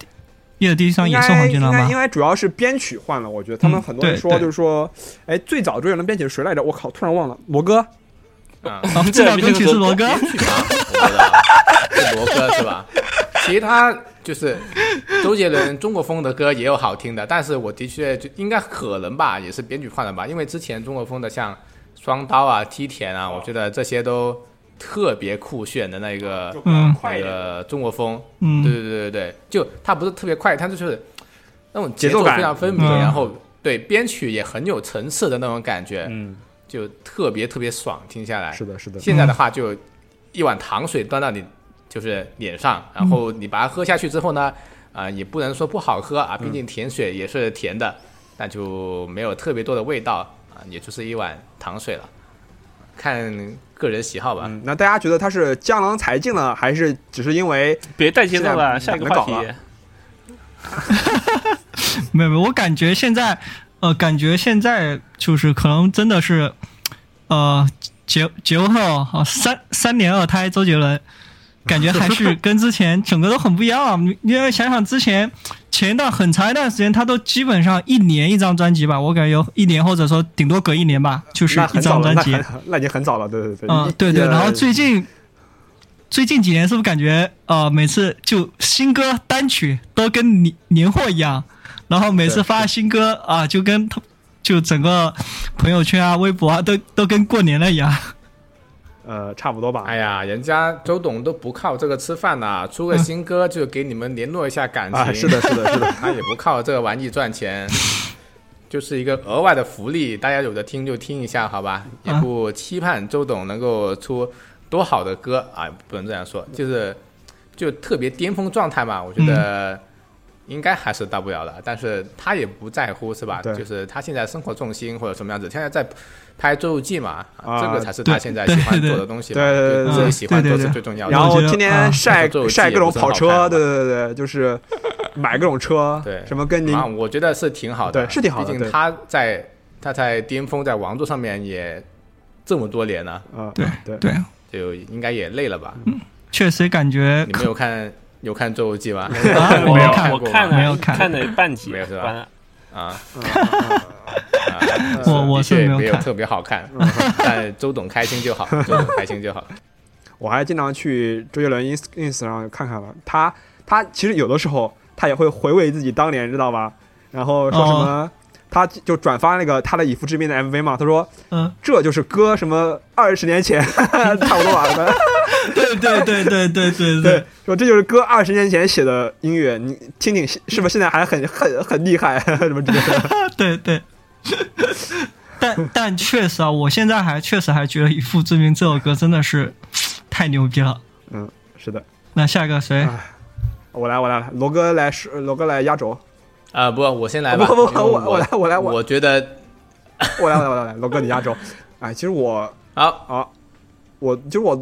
叶第一上
应
也
该
是黄俊
应
郎
该
吧
应？该主要是编曲换了，我觉得他们
嗯
很多人
对
说
对
就是说，哎，最早追人的编曲是谁来着？我靠，突然忘了，罗哥。
啊，
啊， 这首歌曲是罗哥，
编曲吗？我不知道，是罗哥是吧？其他就是周杰伦中国风的歌也有好听的，但是我的确就应该可能吧，也是编剧换了吧，因为之前中国风的像双刀啊、梯田啊，我觉得这些都特别酷炫的那个
嗯
那个中国风，
嗯
对对对对对，就它不是特别快，它就是那种
节奏感
非常分明，
嗯
然后对编曲也很有层次的那种感觉，
嗯，
就特别特别爽，听下来
是。的，是的。
现在的话，就一碗糖水端到你就是脸上，然后
嗯
你把它喝下去之后呢，啊、也不能说不好喝啊，
嗯
毕竟甜水也是甜的，那就没有特别多的味道啊，也就是一碗糖水了，看个人喜好吧。
嗯，那大家觉得他是江郎才尽了，还是只是因为
别带节奏了，
现
下
在
一个话
懒得搞
题
了。
没有没有，我感觉现在，呃，感觉现在就是可能真的是，呃，结结婚后啊，三三年二胎周杰伦，感觉 还是跟之前整个都很不一样。啊因为想想之前前一段很长一段时间，他都基本上一年一张专辑吧，我感觉有一年或者说顶多隔一年吧，就是
那
一
很早
张
了，
专
那
辑。
很那已经很早了，对对对。
嗯
一，
对对，
呃
然后最近最近几年是不是感觉呃，每次就新歌单曲都跟年年货一样，然后每次发新歌啊、就跟他就整个朋友圈啊、微博啊，都都跟过年了一样。
呃差不多吧。
哎呀，人家周董都不靠这个吃饭呐、出个新歌就给你们联络一下感情。
嗯啊，是的，是的， 是的。
他也不靠这个玩意赚钱，就是一个额外的福利，大家有的听就听一下，好吧？也
啊
不期盼周董能够出多好的歌啊，不能这样说，就是就特别巅峰状态嘛，我觉
嗯
得应该还是到不了了，但是他也不在乎，是吧？
对
就是他现在生活重心或者什么样子，现在在拍《周日记》嘛，
啊
这个才是他
对
现在
对
喜欢
对
做的东西嘛，
对对对对
就自己
对
喜欢
对
做
对
是
对
最重要的。
然后
我觉得
天天
啊
晒
这种
晒各种
也不是很
跑
好看
车，
嘛
对对对对，就是买各种车，
对
什么跟您
啊，我觉得是挺好的，
对是挺好的
毕
对
竟他在他在巅峰，在王座上面也这么多年了，
啊，
对
对
对，
就应该也累了吧？
确实感觉
你们有看有看《周游记》吗？
啊，
我
没有
看，
看
我
过
看了，
没有看
看了半集，
没有是吧
完了，
啊，
我我是
的确
没有
呃没有
看
特别好看，但周董开心就好，周董开心就好。
我还经常去周杰伦 ins ins 上看看了。他他其实有的时候他也会回味自己当年，知道吧？然后说什么，
哦
他就转发那个他的以父之名的 MV 嘛，他说
嗯，
这就是歌什么二十年前 差不多吧，反正
对对对对对 对
对，说这就是歌二十年前写的音乐，你听听是不是现在还很很很厉害 什么之类的？
对对。但但确实啊，我现在还确实还觉得《以父之名》这首歌真的是太牛逼了。
嗯，是的，
那下一个谁？
我来我来，罗哥来是罗哥来压轴，
啊，不，我先来吧，
不哎不不
因为
我我来我来我
我觉得
我来我来我来我来，罗哥你压轴。哎，其实我
好
我其实我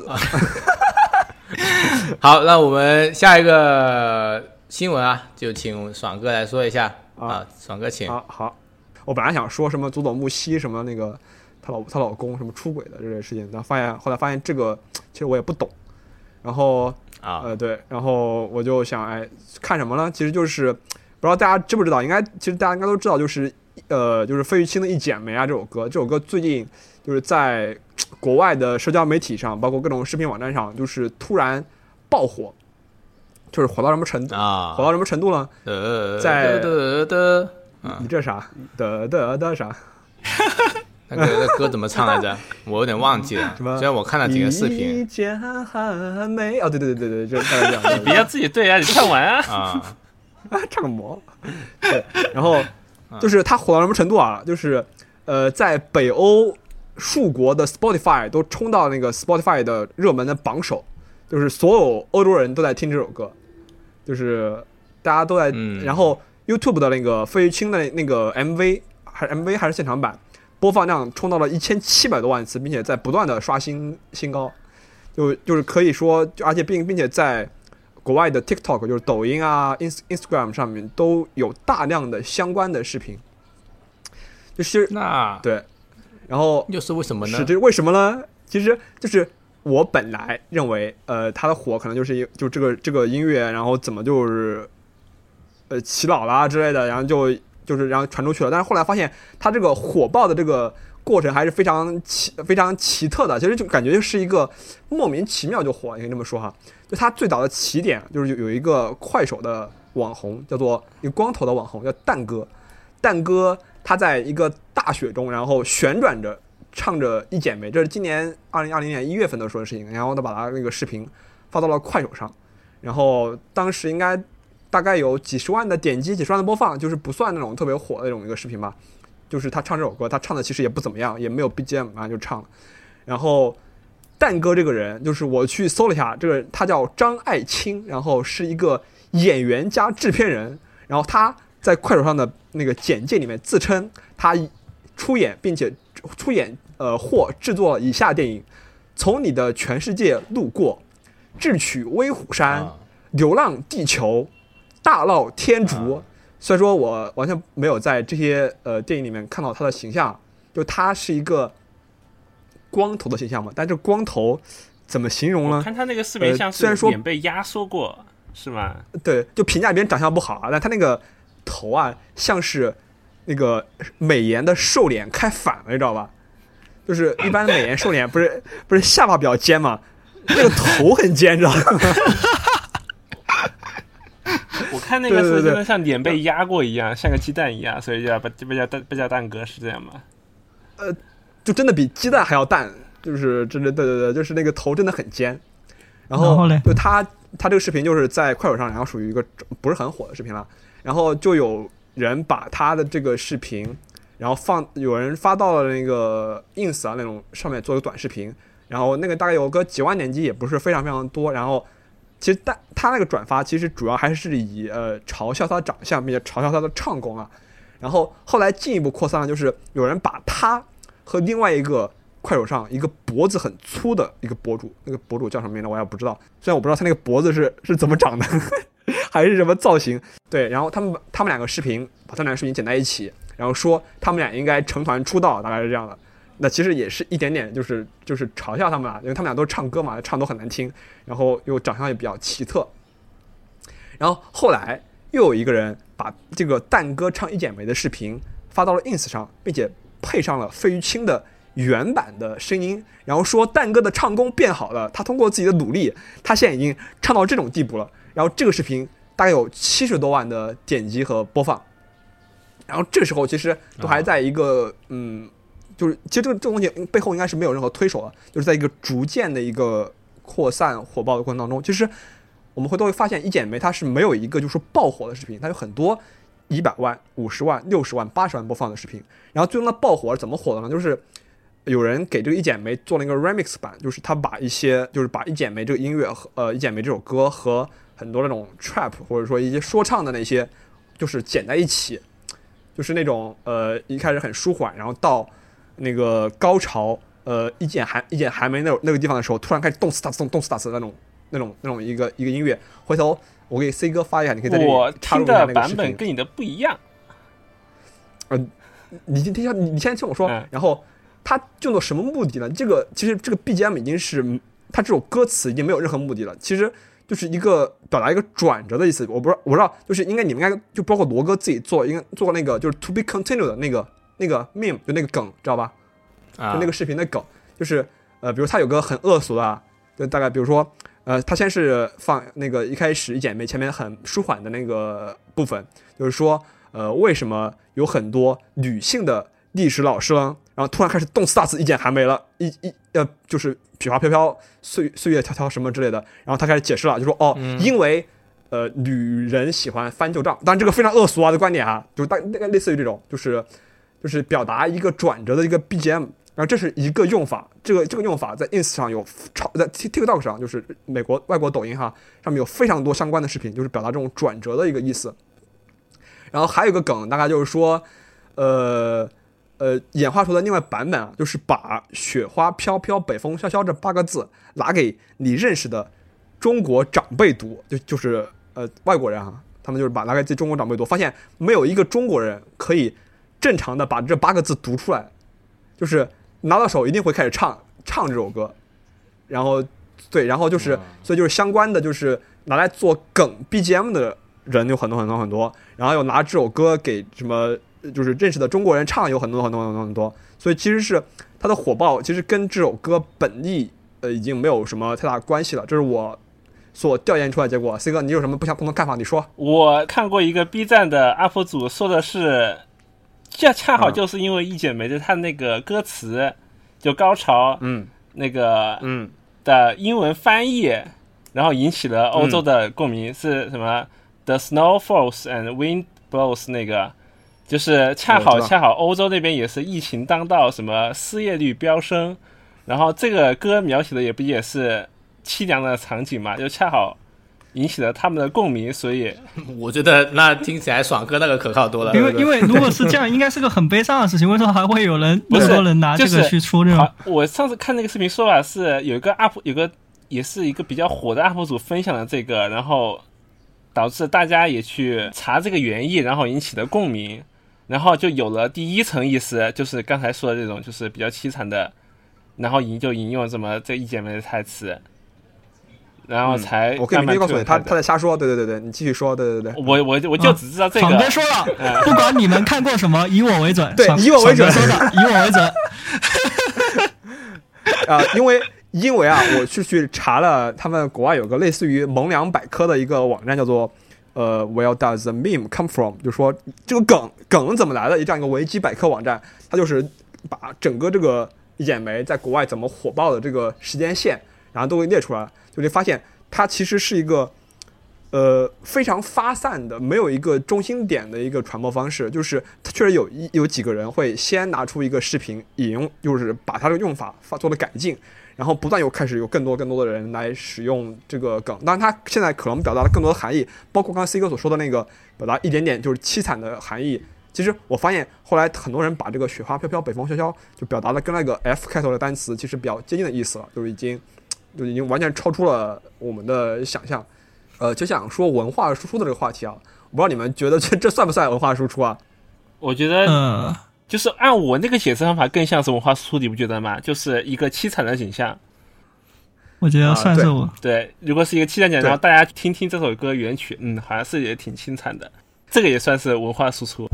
好，那我们下一个新闻啊，就请爽哥来说一下啊，爽哥请。
啊，好，我本来想说什么佐佐木希什么那个她老她老公什么出轨的这类事情，但发现后来发现这个其实我也不懂。然后
啊，
呃对，然后我就想哎看什么呢？其实就是不知道大家知不知道，应该其实大家应该都知道，就是呃就是费玉清的《一剪梅》啊这首歌，这首歌最近就是在国外的社交媒体上，包括各种视频网站上，就是突然爆火，就是火到什么程度？
啊，
火到什么程度呢？
呃，
在
的的
你这啥的的的啥？
那个那歌怎么唱来 着？我有点忘记了。
什么
虽然我看了几个视频。
一剪寒梅哦，对对对对对，就大概这样。对
别自己对啊，你看完啊
啊，
啊， 唱个魔。对，然后就是它火到什么程度啊？就是呃，在北欧数国的 Spotify 都冲到那个 Spotify 的热门的榜首，就是所有欧洲人都在听这首歌，就是大家都在，
嗯
然后 YouTube 的那个费玉清的那那个 MV 还是 MV 还是现场版，播放量冲到了一千七百多万次，并且在不断的刷新新高，就就是可以说，就而且并并且在国外的 TikTok 就是抖音啊、Ins Instagram 上面都有大量的相关的视频，就是
那
对，然后
又是为什么呢
是？这为什么呢？其实就是我本来认为，呃，它的火可能就是因就这个这个音乐，然后怎么就是呃洗脑啦之类的，然后就就是然后传出去了。但是后来发现，它这个火爆的这个过程还是非常奇非常奇特的，其实就感觉是一个莫名其妙就火，应该这么说哈。就它最早的起点就是有有一个快手的网红，叫做一个光头的网红叫蛋哥，蛋哥他在一个大雪中，然后旋转着唱着《一剪梅》，这是今年二零二零年一月份的时候的事情，然后他把他那个视频发到了快手上，然后当时应该大概有几十万的点击，几十万的播放，就是不算那种特别火的那种一个视频吧，就是他唱这首歌，他唱的其实也不怎么样，也没有 BGM 啊，就唱了，然后。蛋哥这个人，就是我去搜了一下，这个人他叫张爱卿，然后是一个演员加制片人，然后他在快手上的那个简介里面自称他出演并且出演呃或制作以下电影：《从你的全世界路过》《智取威虎山》
啊
《流浪地球》《大闹天竺》
啊
虽然说我完全没有在这些呃电影里面看到他的形象，就他是一个光头的形象嘛，但这光头怎么形容
我
呢？
看他那个视频
呃
像是
虽然说
脸被压缩过，是吗？
对，就评价别人长相不好啊，但他那个头啊，像是那个美颜的瘦脸开反了，你知道吧？就是一般的美颜瘦脸不是不是下巴比较尖嘛，那个头很尖，知道吗？
我看那个
对对
是
对
真的像脸被压过一样，像个鸡蛋一样，所以就要被被叫蛋被叫蛋哥是这样吗？
就真的比鸡蛋还要淡，就是真的对对对，就是那个头真的很尖。然
然后
后
嘞
就他他这个视频就是在快手上，然后属于一个不是很火的视频了。然后就有人把他的这个视频，然后放有人发到了那个 ins 啊那种上面做一个短视频，然后那个大概有个几万点击，也不是非常非常多。然后其实但他那个转发其实主要还是以呃嘲笑他的长相，并且嘲笑他的唱功啊。然后后来进一步扩散了，就是有人把他和另外一个快手上一个脖子很粗的一个博主，那个博主叫什么名字我也不知道，虽然我不知道他那个脖子是是怎么长的， 还是什么造型。对，然后他们把他们两个视频，把他们两个视频剪在一起，然后说他们俩应该成团出道，大概是这样的。那其实也是一点点，就是就是嘲笑他们俩，啊因为他们俩都唱歌嘛，唱都很难听，然后又长相也比较奇特。然后后来又有一个人把这个蛋哥唱《一剪梅》的视频发到了 ins 上，并且配上了费玉清的原版的声音，然后说蛋哥的唱功变好了，他通过自己的努力，他现在已经唱到这种地步了。然后这个视频大概有七十多万的点击和播放，然后这时候其实都还在一个、嗯，就是其实这个这种东西背后应该是没有任何推手的，就是在一个逐渐的一个扩散火爆的过程当中，其实我们回头会发现一剪梅它是没有一个就是说爆火的视频，它有很多一百万、五十万、六十万、八十万播放的视频。然后最终的爆火是怎么火的呢？就是有人给这个一剪梅做了一个 remix 版，就是他把一些就是把一剪梅这个音乐和呃一剪梅这首歌和很多那种 trap 或者说一些说唱的那些就是剪在一起，就是那种呃一开始很舒缓，然后到那个高潮，呃一剪还一剪还没那那个地方的时候，突然开始动次打次动动次打次那种那种那种一个一个音乐。回头我给 C 哥发一下，你可以在这里
我
插入
听
一下
的
那个视
版
频。
本跟你的不一样，
你先听一下，你你先听我说
嗯，
然后他用作什么目的呢？这个其实这个 BGM 已经是他这首歌词已经没有任何目的了，其实就是一个表达一个转折的意思。我不知道，我不知道，就是应该你们应该就包括罗哥自己做，应该做那个就是 to be continued 的那个那个 meme 就那个梗，知道吧？
啊
就那个视频的梗，就是呃，比如他有个很恶俗的啊，就大概比如说呃，他先是放那个一开始一剪梅前面很舒缓的那个部分，就是说呃，为什么有很多女性的历史老师呢？然后突然开始动次打次，一剪寒梅了，一一呃，就是雪花飘飘，岁岁月悄悄什么之类的。然后他开始解释了，就说哦，因为呃，女人喜欢翻旧账，当然这个非常恶俗啊的观点啊，就大大概类似于这种，就是就是表达一个转折的一个 BGM。然后这是一个用法，这个这个用法在 ins 上有超在 Tik- TikTok 上，就是美国外国抖音哈，上面有非常多相关的视频，就是表达这种转折的一个意思。然后还有一个梗，大概就是说，呃呃，演化出的另外版本啊，就是把“雪花飘飘，北风萧萧”这八个字拿给你认识的中国长辈读，就就是呃外国人啊，他们就是把拿给这中国长辈读，发现没有一个中国人可以正常的把这八个字读出来，就是拿到手一定会开始唱唱这首歌，然后对，然后就是所以就是相关的就是拿来做梗 BGM 的人有很多很多很多，然后又拿这首歌给什么就是认识的中国人唱有很多很多很多很多，所以其实是它的火爆其实跟这首歌本意呃已经没有什么太大关系了，这是我所调研出来的结果。C 哥，你有什么不相不同的看法？你说。
我看过一个 B 站的 UP 主说的是，恰恰好就是因为一剪梅的他那个歌词就高潮
嗯
那个
嗯
的英文翻译，然后引起了
嗯
欧洲的共鸣，是什么？The snow falls and wind blows 那个，就是恰
我
好
知道
恰好欧洲那边也是疫情当道，什么失业率飙升，然后这个歌描写的也不也是凄凉的场景嘛，就恰好引起了他们的共鸣，所以
我觉得那听起来爽哥那个可靠多 了。
因为因为如果是这样，应该是个很悲伤的事情。为什么还会有人那
不
么
是
多人拿这
就
个
是
去出这种
好？，我上次看那个视频说法是有一个 UP 有个也是一个比较火的 UP 主分享了这个，然后导致大家也去查这个原意，然后引起的共鸣，然后就有了第一层意思，就是刚才说的这种就是比较凄惨的，然后引就引用什么这一姐妹的台词，然后才
我可以
慢
明确
慢
告诉你，
推
他
开
他在
的
瞎说。对对对对，你继续说。对对对，
我我我就只知道这个
爽哥说了，不管你们看过什么，以我为准。
哎对
爽
以我为准
爽哥说的，以我 为准。
啊、因为因为啊，我是去查了，他们国外有个类似于萌凉百科的一个网站，叫做呃 Where does the meme come from？就说这个梗梗怎么来的，这样一个维基百科网站，它就是把整个这个眼梅在国外怎么火爆的这个时间线，然后都给列出来了，就会发现它其实是一个。呃，非常发散的，没有一个中心点的一个传播方式，就是它确实有一有几个人会先拿出一个视频引用，就是把它的用法发做了改进，然后不断又开始有更多更多的人来使用这个梗。当然，它现在可能表达了更多的含义，包括刚刚 C 哥所说的那个表达一点点就是凄惨的含义。其实我发现后来很多人把这个“雪花飘飘，北风萧萧”就表达的跟那个 F 开头的单词其实比较接近的意思了，就是已经就已经完全超出了我们的想象。呃，就想说文化输出的这个话题啊，我不知道你们觉得这 这算不算文化输出啊？
我觉得
嗯，
就是按我那个解释方法更像是文化输出，你不觉得吗？就是一个凄惨的景象。
我觉得算
啊
是
对
我。
对，如果是一个期待奖，
对
然后大家听听这首歌原曲，嗯，好像是也挺清惨的，这个也算是文化输出。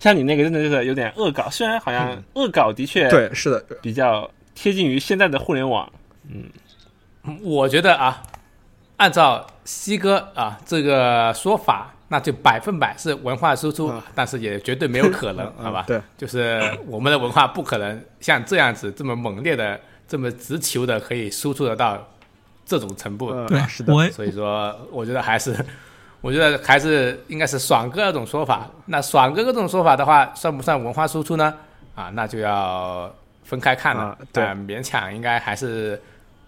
像你那个真的就是有点恶搞，虽然好像恶搞的
哎
确
嗯对，是的，
比较贴近于现在的互联网，
我觉得啊，按照西哥啊这个说法，那就百分百是文化输出，但是也绝对没有可 能，好吧？
呃对，
就是我们的文化不可能像这样子这么猛烈的、这么直球的可以输出得到这种程度。
呃
对，
是的，
我
所以说，我觉得还是， 我觉得还是应该是爽哥那种说法。那爽哥这种说法的话，算不算文化输出呢？啊，那就要分开看了。
啊对
但勉强应该还是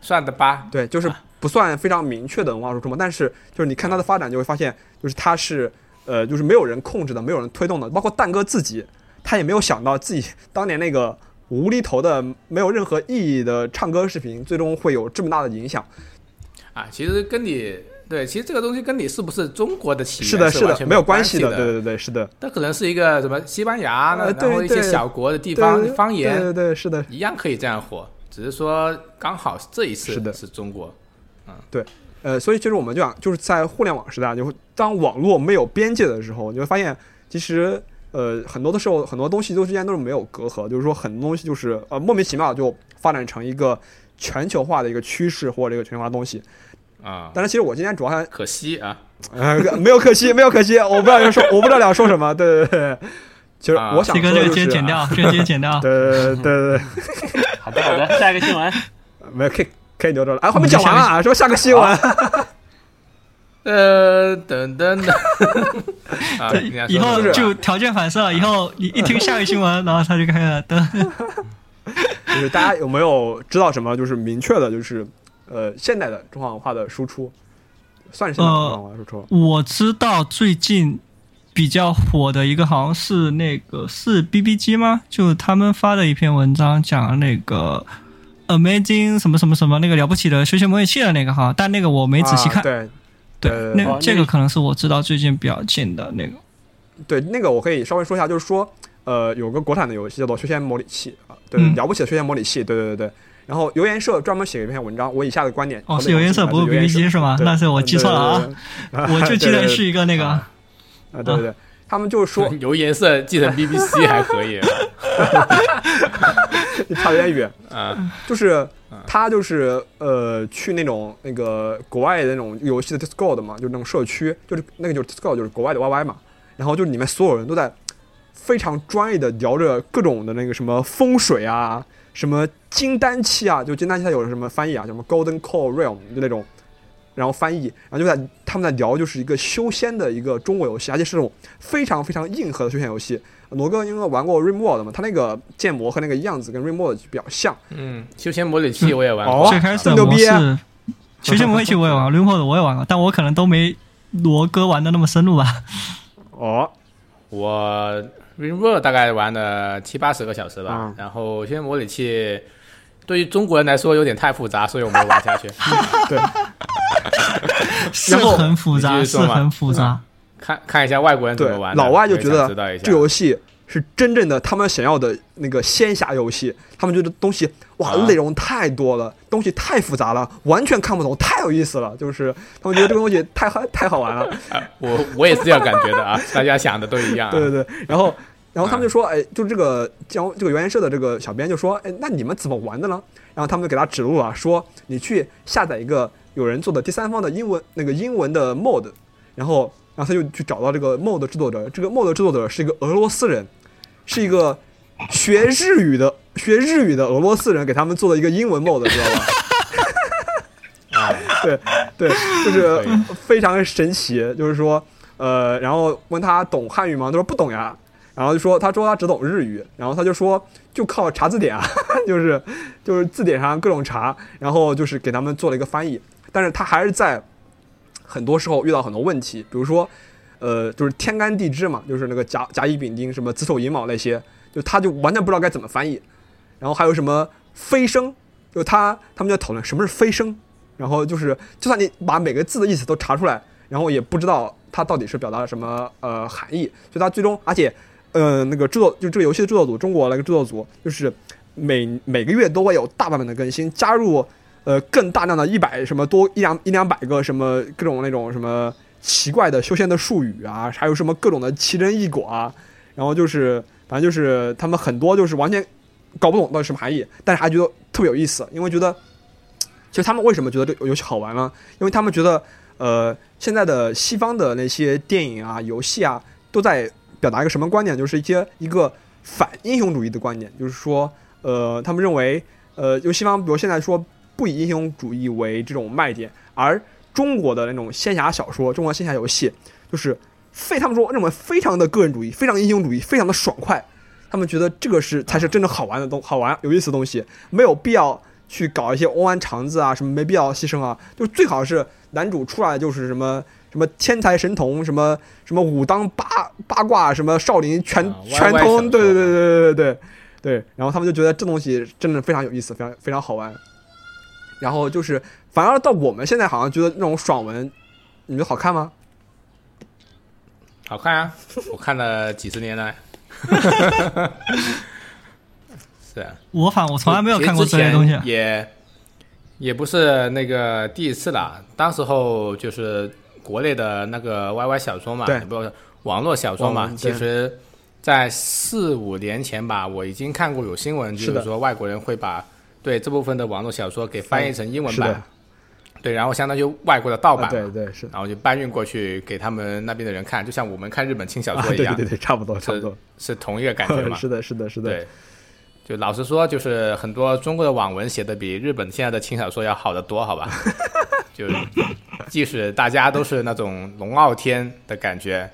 算的吧。
对，就是不算非常明确的文化输出嘛，但是就是你看它的发展，就会发现，就是它是呃，就是没有人控制的，没有人推动的，包括蛋哥自己，他也没有想到自己 当年那个无厘头的、没有任何意义的唱歌视频，最终会有这么大的影响。
啊，其实跟你对，其实这个东西跟你是不是中国的起源
是的，
是
是
完
的，
全
没
有
有关
系
系
的，
对对对对，是的，
它可能是一个什么西班牙，那、
呃对
然后一些
对
小国的地
地
方方
对
言
对对，是的，
一样可以这样火，只是说刚好这一次
是的
是中国。
呃，所以就是我们就想，就是在互联网时代，就会当网络没有边界的时候，你会发现，其实呃，很多的时候，很多东西都之间都是没有隔阂，就是说很多东西就是呃莫名其妙就发展成一个全球化的一个趋势或者一个全球化的东西。
啊、
但是其实我今天主要想，
可惜啊，
呃，没有可惜，没有可惜，我不知道要说，我不知道要说什么。对对对，对其实
啊
我想
这
说
个
的
这
就
个接
是，啊
剪掉，这个接剪掉。
对对对对对，
好的 好的，下一个新闻，
没有可以可以留着了。哎，还没讲完啊，说下个新闻。
呃，等等 等，啊，你要说
以后
什么
就条件反射，以后你一听下一新闻，然后他就开始噔。
就是大家有没有知道什么就是明确的，就是呃现代的中华文化的输出，算是现代的中华文化输出。
我知道最近比较火的一个，好像是那个是 B B G 吗？就他们发的一篇文章，讲那个 Amazing 什么什么什么那个了不起的休闲模拟器的那个哈，但那个我没仔细看。
啊对
对
对，
那
哦
这个可能是我知道最近比较近的那个。
对，那个我可以稍微说一下，就是说，呃，有个国产的游戏叫做《休闲模拟器》啊，对，
嗯
了不起的休闲模拟器，对对对对。然后油盐社专门写了一篇文章，我以下的观点
哦，
和
是
内
有
容
颜色，
来
不
自于
是 B
油
B
盐社
G 是吗？
对
那是我记错了啊，
对对 对对
我就记
对对
得
对
是一个那个
啊啊，对对对，他们就说
油颜色继 承 BBC 还可以，
你 差有点远，
啊，
就是他就是呃去那种那个国外的那种游戏的 Discord 嘛，就是那种社区，就是那个就是 Discord 就是国外的 YY 嘛，然后就是里面所有人都在非常专业的聊着各种的那个什么风水啊，什么金丹期啊，就金丹期它有什么翻译啊，什么 Golden Core Realm 就那种，然后翻译，然后就在他们在聊就是一个修仙的一个中国游戏，而且是那种非常非常硬核的休闲游戏。罗哥因为玩过 Rimworld 嘛，他那个建模和那个样子跟 Rimworld 比较像。
嗯，休闲模拟器我也玩过，
哦
最开始的
牛
模
逼啊
式。休闲模拟器我也玩过 l u m o 的我也玩过，但我可能都没罗哥玩的那么深入吧。
哦，
我 RimWorld 大概玩了七八十个小时吧，
嗯
然后休闲模拟器对于中国人来说有点太复杂，所以我没有玩下 去。
对，
是很复杂，
你继续
是
说嘛
很复杂。
看看一下外国人怎
对
么玩，的，
老外就觉
我也想
得
知道一下
这游戏是真正的他们想要的那个仙侠游戏，他们觉得东西哇
啊
内容太多了，东西太复杂了，完全看不懂，太有意思了，就是他们觉得这个东西太好太好玩了，
我我也是这样感觉的啊， 大家想的都一样、啊。
对对对，然后。然后他们就说，哎，就这个教这个原研社的这个小编就说，哎，那你们怎么玩的呢？然后他们就给他指路啊，说你去下载一个有人做的第三方的英文那个英文的 mod，然后然后他就去找到这个 mod 制作者，这个 mod 制作者是一个俄罗斯人，是一个学日语的学日语的俄罗斯人给他们做的一个英文 mod，知道吧？
啊，
对对，就是
可以
非常神奇，就是说，呃，然后问他懂汉语吗？他说不懂呀，然后就说他说他只懂日语，然后他就说就靠查字典啊， 就是就是字典上各种查，然后就是给他们做了一个翻译，但是他还是在很多时候遇到很多问题，比如说，呃，就是天干地支嘛，就是那个甲甲乙丙丁什么子丑寅卯那些，就他就完全不知道该怎么翻译，然后还有什么飞升，就他他们就在讨论什么是飞升，然后就是就算你把每个字的意思都查出来，然后也不知道它到底是表达了什么呃含义，所以它最终而且呃那个制作就这个游戏的制作组，中国那个制作组就是每每个月都会有大版本的更新，加入呃更大量的一百什么多一两一两百个什么各种那种什么奇怪的修仙的术语啊，还有什么各种的奇珍异果啊，然后就是反正就是他们很多就是完全搞不懂到底什么含义，但是还觉得特别有意思，因为觉得其实他们为什么觉得这个游戏好玩呢？因为他们觉得呃现在的西方的那些电影啊、游戏啊都在表达一个什么观点，就是一些一个反英雄主义的观点，就是说呃他们认为呃就西方比如现在说不以英雄主义为这种卖点，而中国的那种仙侠小说、中国仙侠游戏就是非他们说认为非常的个人主义、非常英雄主义、非常的爽快，他们觉得这个是才是真正好玩的东好玩有意思的东西，没有必要去搞一些弯弯肠子啊什么没必要牺牲啊，就最好是男主出来就是什么。什么天才神童，什么什么武当八八卦，什么少林全、
啊歪
全
歪小
通，
说
对对对对对对对对。然后他们就觉得这东西真的非常有意思，非常非常好玩。然后就是，反而到我们现在好像觉得那种爽文，你觉得好看吗？
好看啊，我看了几十 年了。 是啊，
我反我从来没有看过
其实之
这类
前
东西。
也也不是那个第一次啦。当时候就是国内的那个 YY 小说嘛，
对
不是网络小说嘛
网，
其
对
实，在四五年前吧，我已经看过有新闻，就是是
的
说外国人会把对这部分的网络小说给翻译成英文
是的
版，对，然后相当于外国的盗版
啊，
嘛，
对对是的，
然后就搬运过去给他们那边的人看，就像我们看日本轻小
啊，
说
对
一样，
对对对，差不多差不
是
多，
是同一个感觉 嘛，
是的是的是的，
对，就老实说，就是很多中国的网文写的比日本现在的轻小说要好得多，好吧？就是即使大家都是那种龙傲天的感觉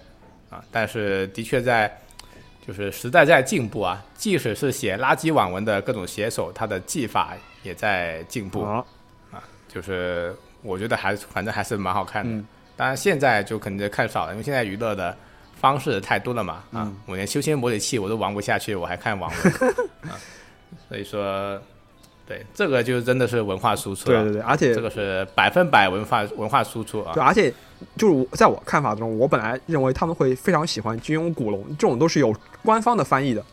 啊，但是的确在就是时代在进步啊。即使是写垃圾网文的各种写手，他的技法也在进步。
好，
就是我觉得还是反正还是蛮好看的。
嗯
当然现在就可能就看少了，因为现在娱乐的方式太多了嘛啊，
嗯
我连修仙模拟器我都玩不下去，我还看 网文啊，所以说，对这个就真的是文化输出
对
了，
对对，而且
啊这个是百分百文化文化输出啊
对，，而且就是我在我看法中，我本来认为他们会非常喜欢金庸、古龙这种都是有官方的翻译的，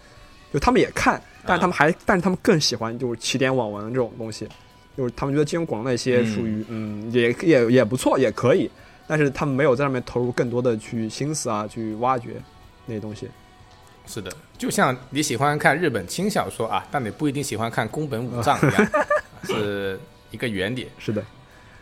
就他们也看，但
嗯
他们还，但是他们更喜欢就是起点网文这种东西，就是他们觉得金庸、古龙那些
嗯
属于嗯也也也不错，也可以，但是他们没有在上面投入更多的去心思啊，去挖掘那些东西。
是的，就像你喜欢看日本轻小说啊，但你不一定喜欢看宫本武藏 一样，是一个原理。
是的，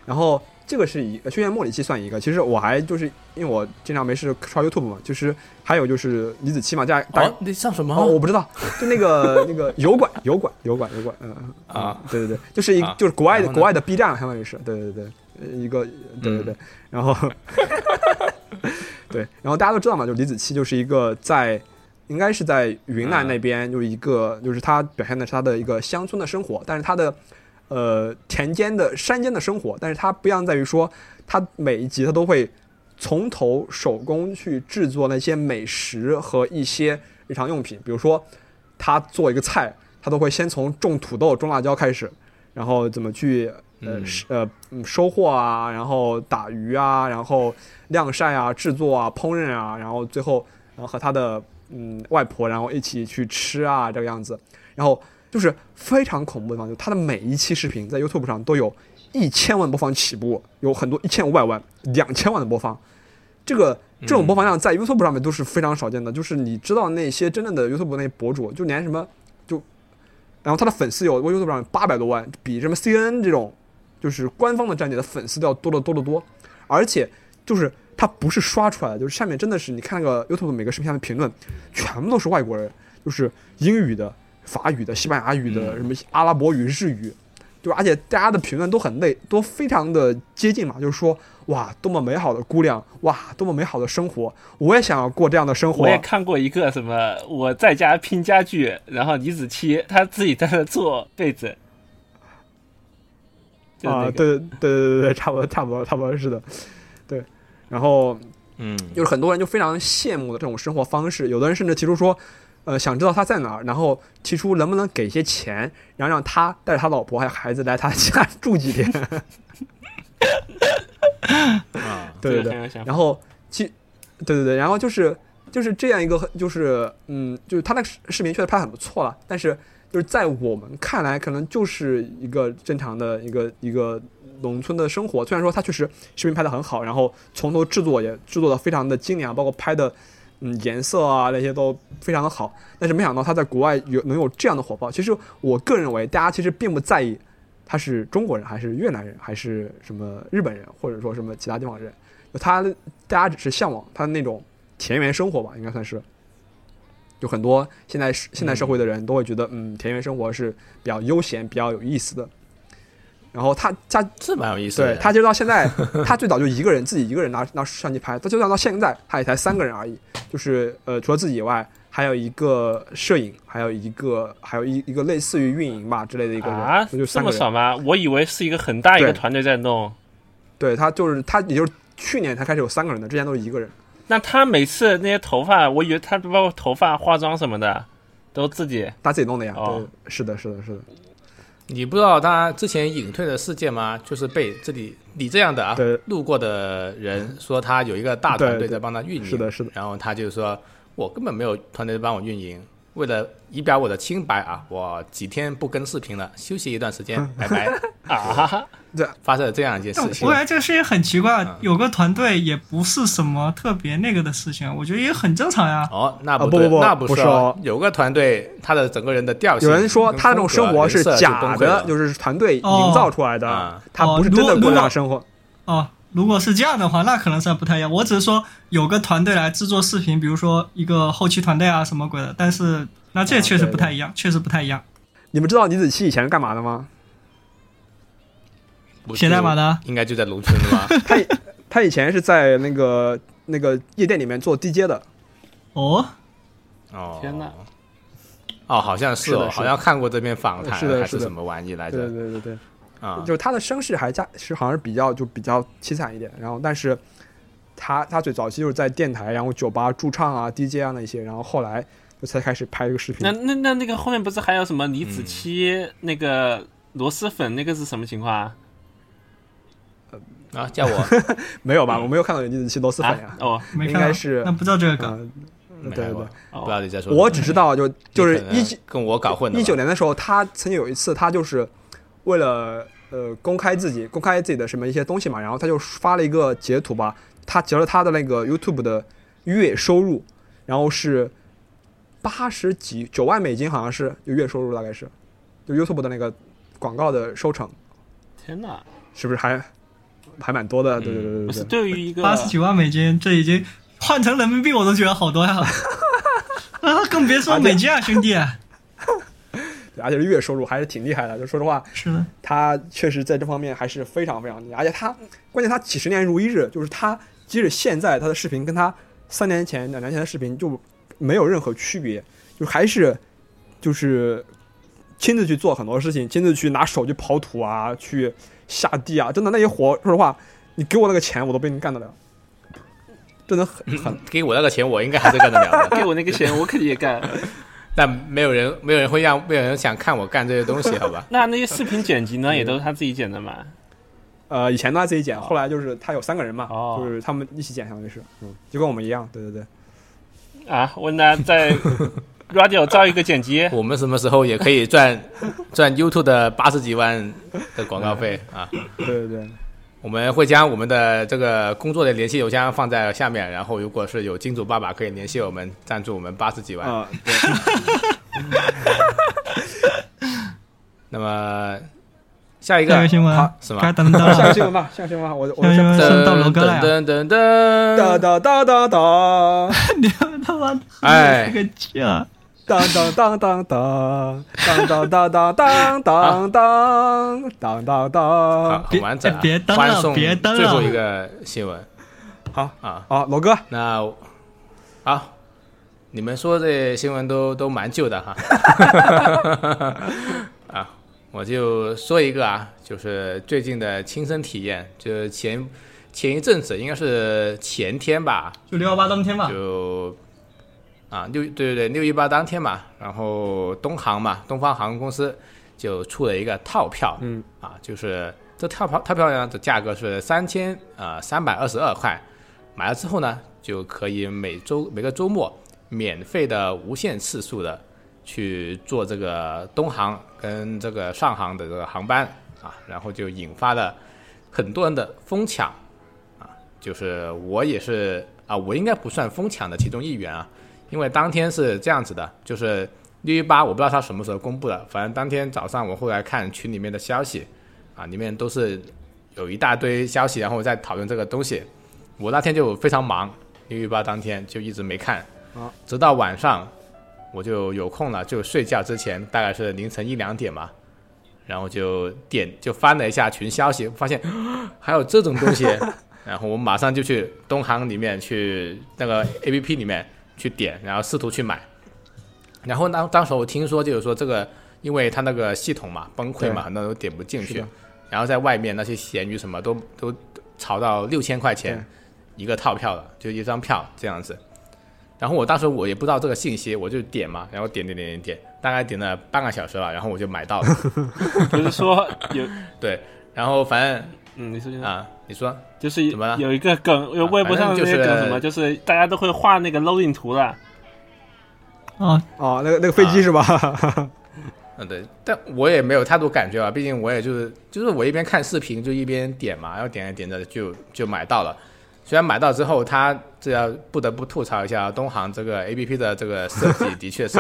然后这个是一个《轩辕梦里记》算一个，其实我还就是因为我经常没事刷 YouTube 嘛，就是还有就是李子柒嘛，大大
哦，你上什么？
哦，我不知道，就那个 那个油管，油管，油管，油管，嗯嗯
啊，
嗯对对对，就是一
啊
就是国外的
然后呢嗯
国外的 B 站，相当于是，对对对，呃一个对对对，然后 对，然后大家都知道嘛，就李子柒就是一个在应该是在云南那
啊
边，就是一个就是他表现的是他的一个乡村的生活，但是他的呃田间的山间的生活，但是它不一样在于说，它每一集它都会从头手工去制作那些美食和一些日常用品，比如说他做一个菜，他都会先从种土豆、种辣椒开始，然后怎么去呃、
嗯
是呃嗯收获啊，然后打鱼啊，然后晾晒啊、制作啊、烹饪啊，然后最后然后和他的嗯外婆然后一起去吃啊这个样子，然后就是非常恐怖的地方，就他的每一期视频在 YouTube 上都有一千万播放起步，有很多一千五百万、两千万的播放。这个这种播放量在 YouTube 上面都是非常少见的，就是你知道那些真正的 YouTube 那些博主，就连什么就，然后他的粉丝有 YouTube 上八百多万，比什么 CNN 这种就是官方的站点的粉丝都要多得多得多，而且就是他不是刷出来的，就是下面真的是你看那个 YouTube 每个视频下面评论，全部都是外国人，就是英语的、法语的、西班牙语
嗯
的、什么阿拉伯语、日语，就而且大家的评论都很类，都非常的接近嘛，就是说哇，多么美好的姑娘，哇，多么美好的生活，我也想要过这样的生活
我。也看过一个什么，我在家拼家具，然后李子柒她自己在那做被子，就那
啊，
个，
对对对对对，差不多差不多差不多是的，对，然后
嗯，
就是很多人就非常羡慕的这种生活方式，有的人甚至提出说，呃，想知道他在哪儿，然后提出能不能给一些钱，然后让他带着他老婆还有孩子来他家 住几天。
啊，
对对
这个很
对
有想，法
然后其对对对，然后就是就是这样一个很就是嗯，就是他那个视视频确实拍得很不错了，但是就是在我们看来，可能就是一个正常的一个一个农村的生活。虽然说他确实视频拍得很好，然后从头制作也制作的非常的精良，包括拍的嗯颜色啊那些都非常的好，但是没想到他在国外有能有这样的火爆。其实我个人认为，大家其实并不在意。他是中国人还是越南人还是什么日本人，或者说什么其他地方人，他大家只是向往他那种田园生活吧，应该算是。有很多现在现代社会的人都会觉得，嗯，田园生活是比较悠闲、比较有意思的。然后他他
是蛮有意思的。
对他就到现 在，他最早就一个人自己一个人拿拿相机拍，他就算到现在，他也才三个人而已，就是呃除了自己以外，还有一个摄影，还有一个还有一一个类似于运营吧之类的一个人，
啊，
那就
这
三
么
个人。
爽吗？我以为是一个很大一个
对
团队在弄。
对他就是他，也就是去年才开始有三个人的，之前都是一个人。
那他每次那些头发，我以为他包括头发、化妆什么的，都自己。
他自己弄的呀。
哦
对，是的，是的，是的，
你不知道他之前隐退的事件吗？就是被这里你这样的啊
对，嗯
路过的人说他有一个大团
对对
队在帮他运营，
是的是的
然后他就说，我根本没有团队帮我运营，为了以表我的清白啊，我几天不更视频了，休息一段时 间，拜拜。
啊，
发生了这样一件
但
事情
我，感觉这个事情很奇怪
嗯，
有个团队也不是什么特别那个的事情，我觉得也很正常呀。
哦，那
啊不
对，
不不
那
不是
是
哦
有个团队，他的整个人的调性
有
跟风格，
人说他这种生活是
啊人设就崩
假
溃
的
了，
就是团队营造出来的，
哦啊
他不是真的
哦
过
如果
这样生活。
哦，如果是这样的话，那可能是不太一样。我只是说有个团队来制作视频，比如说一个后期团队啊什么鬼的，但是那这确实不太一
哦
样，确实不太一样。
你们知道李子柒以前是干嘛的吗？
不
写代码的啊
应该就在农村的吧？
他以他以前是在那个那个夜店里面做 DJ 的，
哦，
哦，
天哪！
哦，好像
是
是
的
哦，
是的
好像看过这篇访谈
是的
还
是
是
的
什么玩意来
对对
着
对对对，
啊
就？是他的身世还加是好像是比较就比较凄惨一点，然后但是他他最早期就是在电台，然后酒吧驻唱啊、DJ 啊那些，然后后来就才开始拍这个视频
那。那那那个后面不是还有什么李子柒那个螺蛳粉那个是什么情况啊？
啊，叫我
没有吧？我没有看到有李子柒螺蛳粉呀
啊。哦
没
应
看到
该是
那不知道这个梗。
嗯，
没
对对
来过
对，，
不知道你在说什么。
我只知道就就是一九
你可能跟我搞混了吧。
一九年的时候，他曾经有一次，他就是为了呃公开自己公开自己的什么一些东西嘛，然后他就发了一个截图吧，他截了他的那个 YouTube 的月收入，然后是八十几九万美金，好像是就月收入大概是，就 YouTube 的那个广告的收成，
天哪！
是不是还还蛮多的？对对对
不是
对对。
对于一个
啊
八十九万美金，这已经换成人民币我都觉得好多 呀。啊，更别说美金啊，兄弟。
对而且月收入还是挺厉害的，就说实话，
是的，
他确实在这方面还是非常非常厉害，而且他关键他几十年如一日，就是他即使现在他的视频跟他三年前、两年前的视频就没有任何区别，就还是就是亲自去做很多事情，亲自去拿手去刨土啊，去下地啊，真的那些活，说实话，你给我那个钱我都不一定干得了，真的很很
给我那个钱，我应该还是干得了的。
给我那个钱，我肯定也干。
但没有人，没有人会让，没有人想看我干这些东西，好吧？
那那些视频剪辑呢，也都是他自己剪的嘛？
呃，以前都他自己剪，后来就是他有三个人嘛，
哦
就是他们一起剪，相当于是，嗯，就跟我们一样，对对对。
啊，我那在 radio 招一个剪辑，
我们什么时候也可以赚 赚 YouTube 的八十几万的广告费
嗯
啊？
对对对，
我们会将我们的这个工作的联系邮箱放在下面，然后如果是有金主爸爸可以联系我们，赞助我们八十几万。
啊、
那么下一
下一
个
个新闻
好
是吗
该等等
下个
了。
新闻吧，下个新闻吧，我我
下个新闻
先
送到楼哥了呀
噔噔噔
哒
噔，
哒哒哒哒
你们他妈的
哎
这个劲啊！
当当当当当当当当当当当当当当
好，
当。
很完整、啊。
哎别别登了
欢送
别登了
最后一个新闻
好
啊，
好，罗哥，
那我好，你们说这新闻都都蛮旧的哈。 啊，我就说一个啊，就是最近的亲身体验，就是前前一阵子，应该是前天吧，
就六幺八当天吧，
就啊六对对对六一八当天嘛，然后东航嘛，东方航空公司就出了一个套票，
嗯
啊，就是这套票套票呢的价格是三千啊三百二十二块，买了之后呢就可以每周每个周末免费的无限次数的去坐这个东航跟这个上航的这个航班啊，然后就引发了很多人的疯抢。就是我也是啊，我应该不算疯抢的其中一员啊，因为当天是这样子的，就是六一八，我不知道他什么时候公布的，反正当天早上我后来看群里面的消息，啊，里面都是有一大堆消息，然后在讨论这个东西。我那天就非常忙，六一八当天就一直没看
啊，
直到晚上我就有空了，就睡觉之前大概是凌晨一两点嘛，然后就点就翻了一下群消息，发现 还有这种 东西，然后我马上就去东航里面去那个 A P P 里面去点，然后试图去买。然后当当时我听说就是说这个，因为它那个系统嘛崩溃
对
嘛，很多人都点不进
是
去
的，
然后在外面那些闲鱼什么都都炒到六千块钱一个套票了，就一张票这样子。然后我当时我也不知道这个信息，我就点嘛，然后点点点点点，大概点了半个小时吧，然后我就买到了。
不是说有
对，然后反
嗯，你说
正啊，你说
就是
怎么了
有一个梗，有微博上的那些梗什
反
么，
正
就是大家都会画那个 loading 图了。
哦，
哦，那个那个飞
啊
机 是吧？
嗯，对，但我也没有太多感觉吧，啊毕竟我也就是就是我一边看视频就一边点嘛，然后点着点着就就买到了。虽然买到之后，他这要不得不吐槽一下啊东航这个 A P P 的这个设计，的确是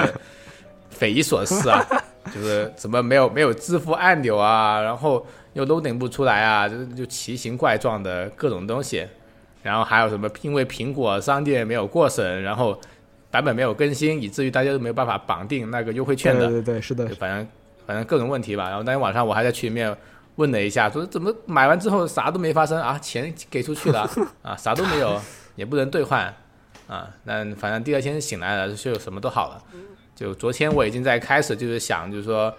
匪夷所思啊， 就是怎么没有没有支付按钮啊，然后又 loading 不出来啊，就就奇形怪状的各种东西，然后还有什么因为苹果商店没有过审，然后版本没有更新，以至于大家都没有办法绑定那个优惠券的
对。对对，是的
就，反正反正各种问题吧。然后当天晚上我还在群里面问了一下，说怎么买完之后啥都没发生啊，钱给出去 了啊，啥都没有，也不能兑换啊。但反正第二天醒来了，就什么都好了。
嗯
就昨天我已经在开始就是想，就是说。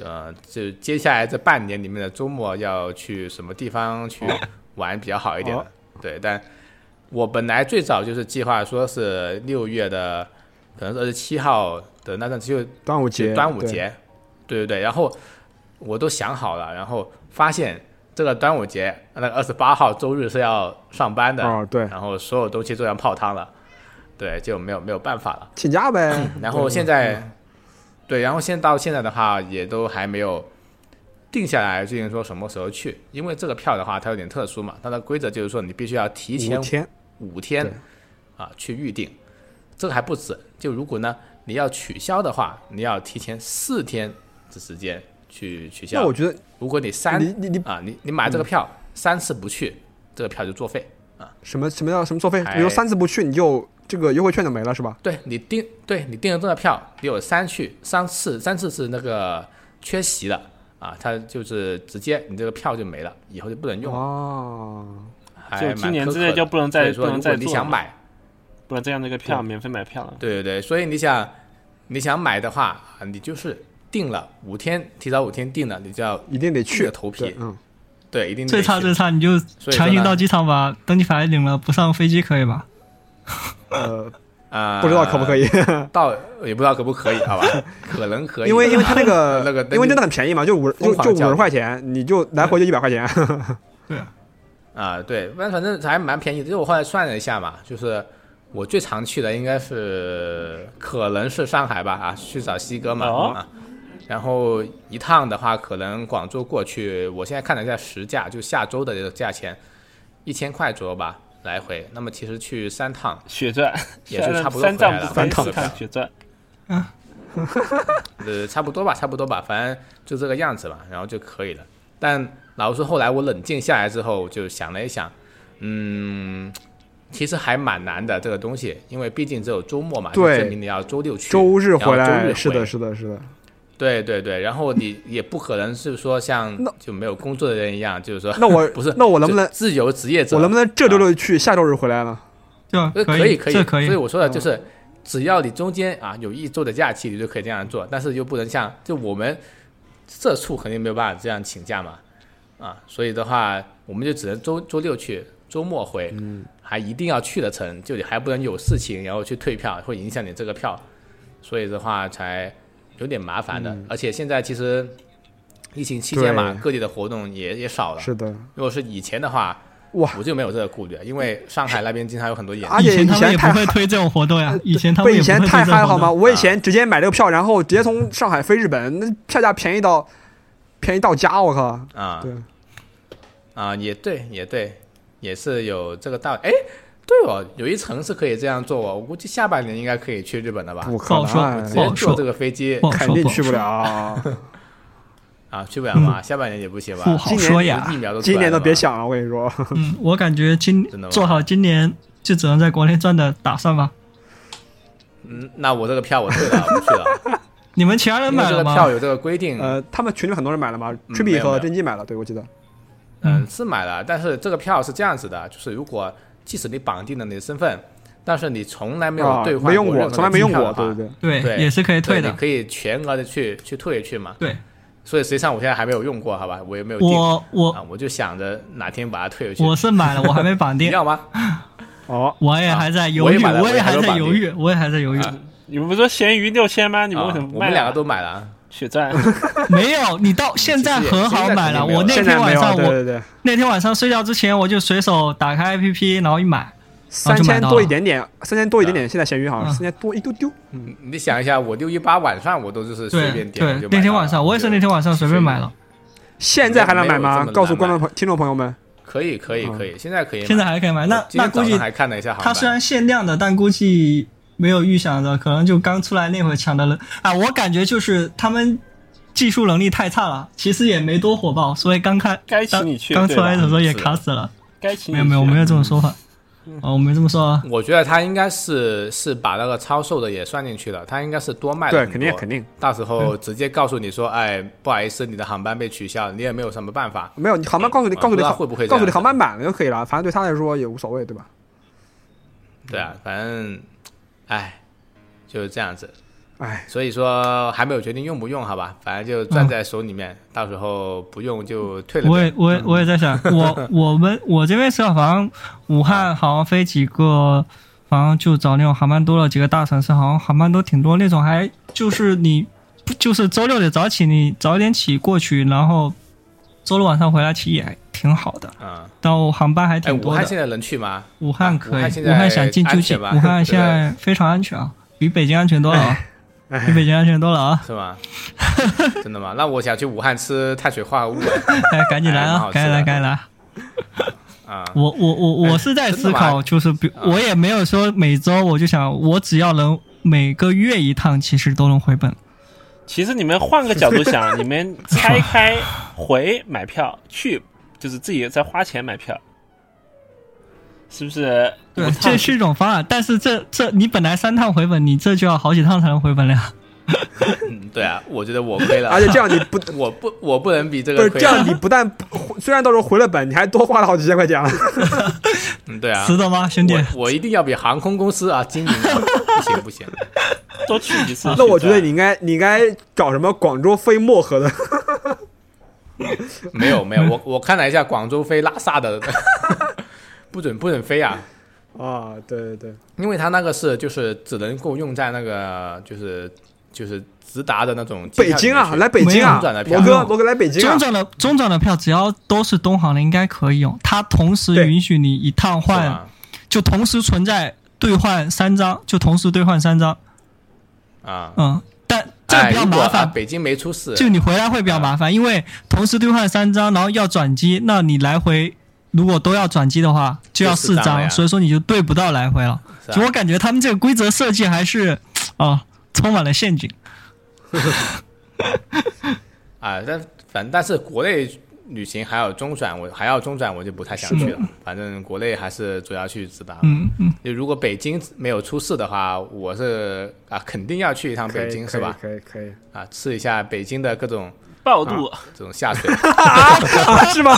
呃，就接下来这半年里面的周末要去什么地方去玩比较好一点了
哦
对，但我本来最早就是计划说是六月的，可能是二十七号的那段就
端午节，
端午，节，对对对，然后我都想好了，然后发现这个端午节那个二十八号周日是要上班的，
哦对，
然后所有东西都要泡汤了，对，就没有没有办法了。
请假呗。
嗯然后现在，对，然后现到现在的话，也都还没有定下来，最近说什么时候去，因为这个票的话，它有点特殊嘛，它的规则就是说你必须要提前
五天，
五天
对
啊去预定，这个还不止。就如果呢你要取消的话，你要提前四天的时间去取
那
消
我。觉得
如果你三
你你你嗯
啊你你买这个票、三次不去，这个票就作废。
什么什么叫什么作废？
哎
比如三次不去，你就这个优惠券就没了是吧？
对你订，对你订了这个票，你有三去三次，三次是那个缺席的啊，他就是直接你这个票就没了，以后就不能用了，
哦，
还
就
蛮
今年
苛
之
刻
内
的
就不能再
所以说
不能
如果
再
你
做
想
了
买，
不然这样的一个票免费买票了。
对对对，所以你想你想买的话，啊你就是定了五天，提早五天定了，你就要
一定得
硬
去
着头皮
对嗯，
对一定得
最差
去
最差，你就
所以
强行
说呢
到机场吧，等你返领了，不上飞机可以吧？
呃，
啊，
不知道可不可
以
以，
到也不知道可不可以，好吧， 可能可以，
因为因为他那个
那个
因为真的很便宜嘛，就五就
疯狂嗯
就
的
五
叫
十
你
块钱，你就来回就一百块钱。
啊，对，反正反正还蛮便宜的。就我后来算了一下嘛，就是我最常去的应该是可能是上海吧，啊，去找西哥嘛、
哦
啊。然后一趟的话，可能广州过去，我现在看了一下实价，就下周的这个价钱，一千块左右吧，来回。那么其实去三趟，
血赚
也是差不多回
三
来
藏
了
不飞
三趟
四趟血赚，
呃，差不多吧，差不多吧，反正就这个样子吧，然后就可以了。但老实说，后来我冷静下来之后，就想了一想，嗯，其实还蛮难的这个东西，因为毕竟只有周末嘛，就
对
证明你要周六去，
周日回
然后周
来，
日
是的，
回
是的， 是的。
对对对，然后你也不可能是说像就没有工作的人一样，就是说
那我
不是，
那我能不能
就自由职业者，
我能不能这周六去，下周日回来呢？
对吧？
呃，可
以，
可
这可
所
以
以。我说的就是，只要你中间啊有一周的假期，你就可以这样做，但是又不能像就我们社畜肯定没有办法这样请假嘛，啊，所以的话，我们就只能周周六去，周末回，还一定要去的成，就你还不能有事情然后去退票，会影响你这个票，所以的话才有点麻烦的。而且现在其实疫情期间嘛
对，
各地的活动也也少了。
是的，
如果是以前的话，
哇，
我就没有这个顾虑，因为上海那边经常有很多演出
而
以
且
前他们
前
也
太
不会
嗨
推这种活动
呃
呀，以前他们
不，以
也不会
前
推
太
这种
嗨好
活
吗？
动。
啊
我以前直接买这个票，然后直接从上海飞日本，那票价便宜到便宜到家，我靠！
啊。
对，
啊，也对，也对，也是有这个道理。哎，对哦，有一层是可以这样做哦。我估计下半年应该可以去日本了吧？
不可
不好说
直
不
能
接
好，
坐
说
这个飞机
不好
肯
说，
定
不好
去不
说，
了。
啊，去不了
嗯
嘛？下半年也不行吧？
不好
今年
说
这
呀。
疫苗都出来
今年
了
都
嘛
别想了，我跟你说，
嗯，我感觉今
真的吗
做好今年就只能在国内赚的打算吧。
嗯，那我这个票我退了，我不去 了，
你们其他人
因为
买
这
了
个
吗？
票有这个规定。
呃，他们群里很多人买了吗
嗯
t r i b
没
y
有没
和
有
真姬买了，对我记得。
嗯，是买了，但是这个票是这样子的，就是如果即使你绑定了你的身份，但是你从来没有
啊
兑，换
没用
过
过，
任何的
从来没用
机票啊
过，
的话
对对对。
对，
对
也是可以退
对
的
你。可以全额的去去退去嘛。
对，
所以实际上我现在还没有用过，好吧，我也没有定。
我
啊
我，
我就想着哪天把它退回去。
我是买了，我还没绑
你
定，
要吗？
哦，
我也还在犹
我也
豫，
买了
我也还
我也
在
还没有
犹豫，我也还在犹豫。
你们不是说闲鱼六千吗？你们为什
啊
么不
我
卖啊？
们两个都买了啊。
血 赚，
没有，你到现在很好买了。
现在肯定没有
我那
现
天
在没
晚
有，啊
上
对
我
对对，
那天晚上睡觉之前，我就随手打开 APP，然后一买。
三
啊
就买
千
到
多
了
一点点，三千多一点点，现在闲鱼好像
嗯
三千多一丢丢。
嗯
你你想一下，我六一八晚上我都就是随
对
便点我
对
就，买
那天
到
晚
了
上我也是那天晚上随便买了，
现在还能买
没
吗
有这么难？
告诉观众朋听众朋友们，
可以可以可以，现在可以买。
现在还可以买。
我
那
今
那
天
估
早
计
上还看了一下航
它
班，
虽然限量的，但估计没有预想的，可能就刚出来那会儿抢的人啊，我感觉就是他们技术能力太差了，其实也没多火爆，所以刚开
该请你去
刚刚
对
出来
吧
的时候也
是
卡死了。
该请
没
你
有没有，我
去
没有这么说话，哦，我没这么说啊。
我觉得他应该是是把那个超售的也算进去了，他应该是多卖了
对，
哎很
肯定
多
肯定
到时候
嗯
直接告诉你说，哎，不好意思，你的航班被取消，你也没有什么办法。
没有。你航班告诉你，
嗯
告诉
不
你
知道
航
会不会这样
告诉你航班满了就可以了，反正对他来说也无所谓，对吧？嗯
对啊，反正，哎，就是这样子。
哎，
所以说还没有决定用不用，好吧，反正就
嗯
攥在手里面，到时候不用就退了呗。嗯
我也我也我也在想， 我我们我这边是好像武汉好像飞几个，好像就找那种航班多了几个大城市，好像航班都挺多那种，还就是你不就是周六得早起，你早点起过去，然后周六晚上回来其实也挺好的，
嗯，
到航班还
哎，
挺
武
多
汉
的。
现在能去吗？
武汉可以，
武
武
汉
汉
现在
想进就
安全
进，
吧
武汉现在非常安全啊，比北京安全多了，啊，
哎
比北京安全多了 啊！
是吗？真的吗？那我想去武汉吃碳水化合物
哎，赶紧来
哎蛮好
啊，
吃的
赶紧来，赶紧来！
啊！
我我我
哎
我是在思
真的
考，就是比
啊
我也没有说每周，我就想我只要能每个月一趟，其实都能回本。
其实你们换个角度想，你们拆开 回买票去，就是自己再花钱买票，是不是？
对
五，趟
这是一种方案，但是这这你本来三趟回本，你这就要好几趟才能回本了呀。
嗯，对啊，我觉得我亏了，
而且这样你不
我不我不能比这
不
个
是
亏
这
啊。
样，你不但 不虽然到时候回了本，你还多花了好几千块 钱了。
嗯，对啊，
值得吗，兄弟？
我我一定要比航空公司啊经营好，不行不行，
多去几
啊
次。
那我觉得你应该你应该搞什么广州飞漠河的，
没有没有，我我看了一下广州飞拉萨的， 不准不准飞啊，
啊，对对对，
因为它那个是就是只能够用在那个就是就是直达的那种机
北
票
京
里
啊，
面去
来北京啊
中转的，票
罗哥罗哥来北京啊
中，转的中转的票只要都是东航的，应该可以用。它同时
对
允许你一趟
是
换
吗
就同时存在兑换三张，就同时兑换三张，
啊，
嗯，但这样比较
哎如果
麻
啊
烦，
北京没出事，
就你回来会比较麻烦，因为同时兑换三张，然后要转机，那你来回如果都要转机的话，就要四
就四张了呀
张，所以说你就对不到来回了。
是吧啊
就我感觉他们这个规则设计还是啊，充满了陷阱。
啊，但反正但是国内旅行还有中转，我还要中转，我就不太想去了。反正国内还是主要去直达。
嗯嗯，
就如果北京没有出事的话，我是啊肯定要去一趟
可以
北京，
可
是
以
吧？
可以可以，
啊，吃一下北京的各种
暴肚，
这种下水。
啊 是吗？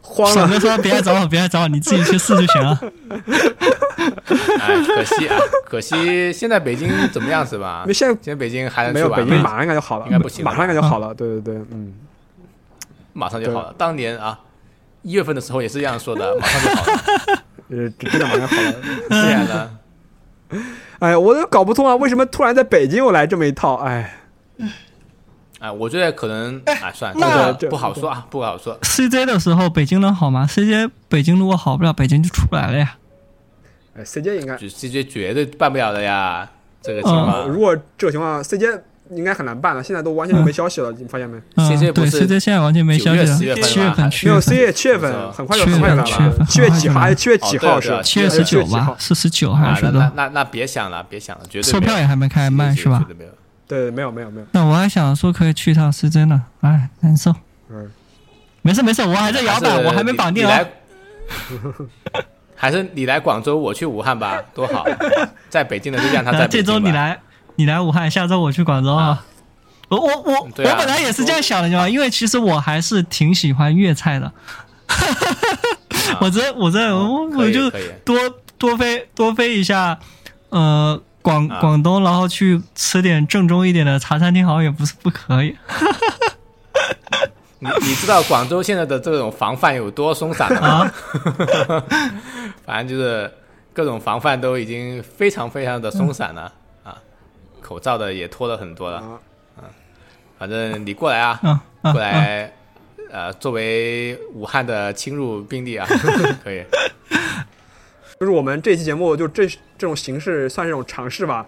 慌
爽
了，
哥说别来找我，别来找我，你自己去试就行了。
哎，可惜啊，可惜现在北京怎么样是吧
因为？现在
现在北京还能
没
去
有
玩
北
吗？
京马上应该就好了，
应该不行了
马上应该就好 了，对对对，嗯，
马上就好了。当年啊，一月份的时候也是这样说的，马上就好了。
呃，真的马上好了。
虽然呢，
哎，我都搞不通啊，为什么突然在北京又来这么一套？哎，
啊，我觉得可能啊，算
那
了，这个不好说啊，不好说。
CJ 的时候北京能好吗？CJ 北京如果好不了，北京就出不来了呀。
哎，CJ 应该，
就 CJ 绝对办不了的呀，这个情
哦
呃
况。
如果这个情况，CJ 应该很难办了，现在都完全都没消息了，你发现没？
嗯
CJ 不
对
是
CJ 现在完全没消息
9月10月
了，
份吧
七月
还
份去
没有，CJ 七月
没错
份很快就
七月
很快就来
份
了吧，
七
七
月
月
份
几号？还是七月
哦
几
对
号
对
是？
哦对
七月十
七
九
月几
吧
号，
是十九还
啊，
是
那
多
那
少？
那那别想了，别想了，绝对
售票也还没开卖是吧？？
对，没有没有没有，
那我还想说可以去一趟是真的，哎，难受。
嗯，
没事没事，我还在摇摆，我还没绑定啊。。
还是你来广州，我去武汉吧，多好！在北京的就让他在
那 这周你来，你来武汉，下周我去广州啊。我我我、
对啊
我本来也是这样想的，你知道吗？因为其实我还是挺喜欢粤 菜的。我这我这我我就
啊哦可以
多多飞多飞一下，呃，广
啊
广东，然后去吃点正宗一点的茶餐厅，好像也不是不可以。
你你知道广州现在的这种防范有多松散吗？
啊，
反正就是各种防范都已经非常非常的松散了啊，口罩的也脱了很多了。
啊，
反正你过来啊，
嗯嗯
过来，呃，作为武汉的侵入病例啊， 可以，
就是我们这期节目就这这种形式算是一种尝试吧，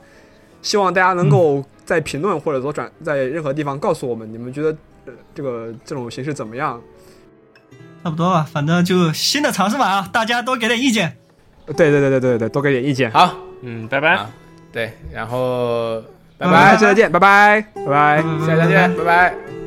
希望大家能够在评论或者说转在任何地方告诉我们，你们觉得呃这个这种形式怎么样？
差不多吧，反正就新的尝试吧啊，大家多给点意见。
对对对对对对，多给点意见。
好，
嗯，拜拜。
啊对，然后
拜
拜
拜，
拜，
嗯下次再见，拜拜，拜拜。嗯
下期再见，拜拜。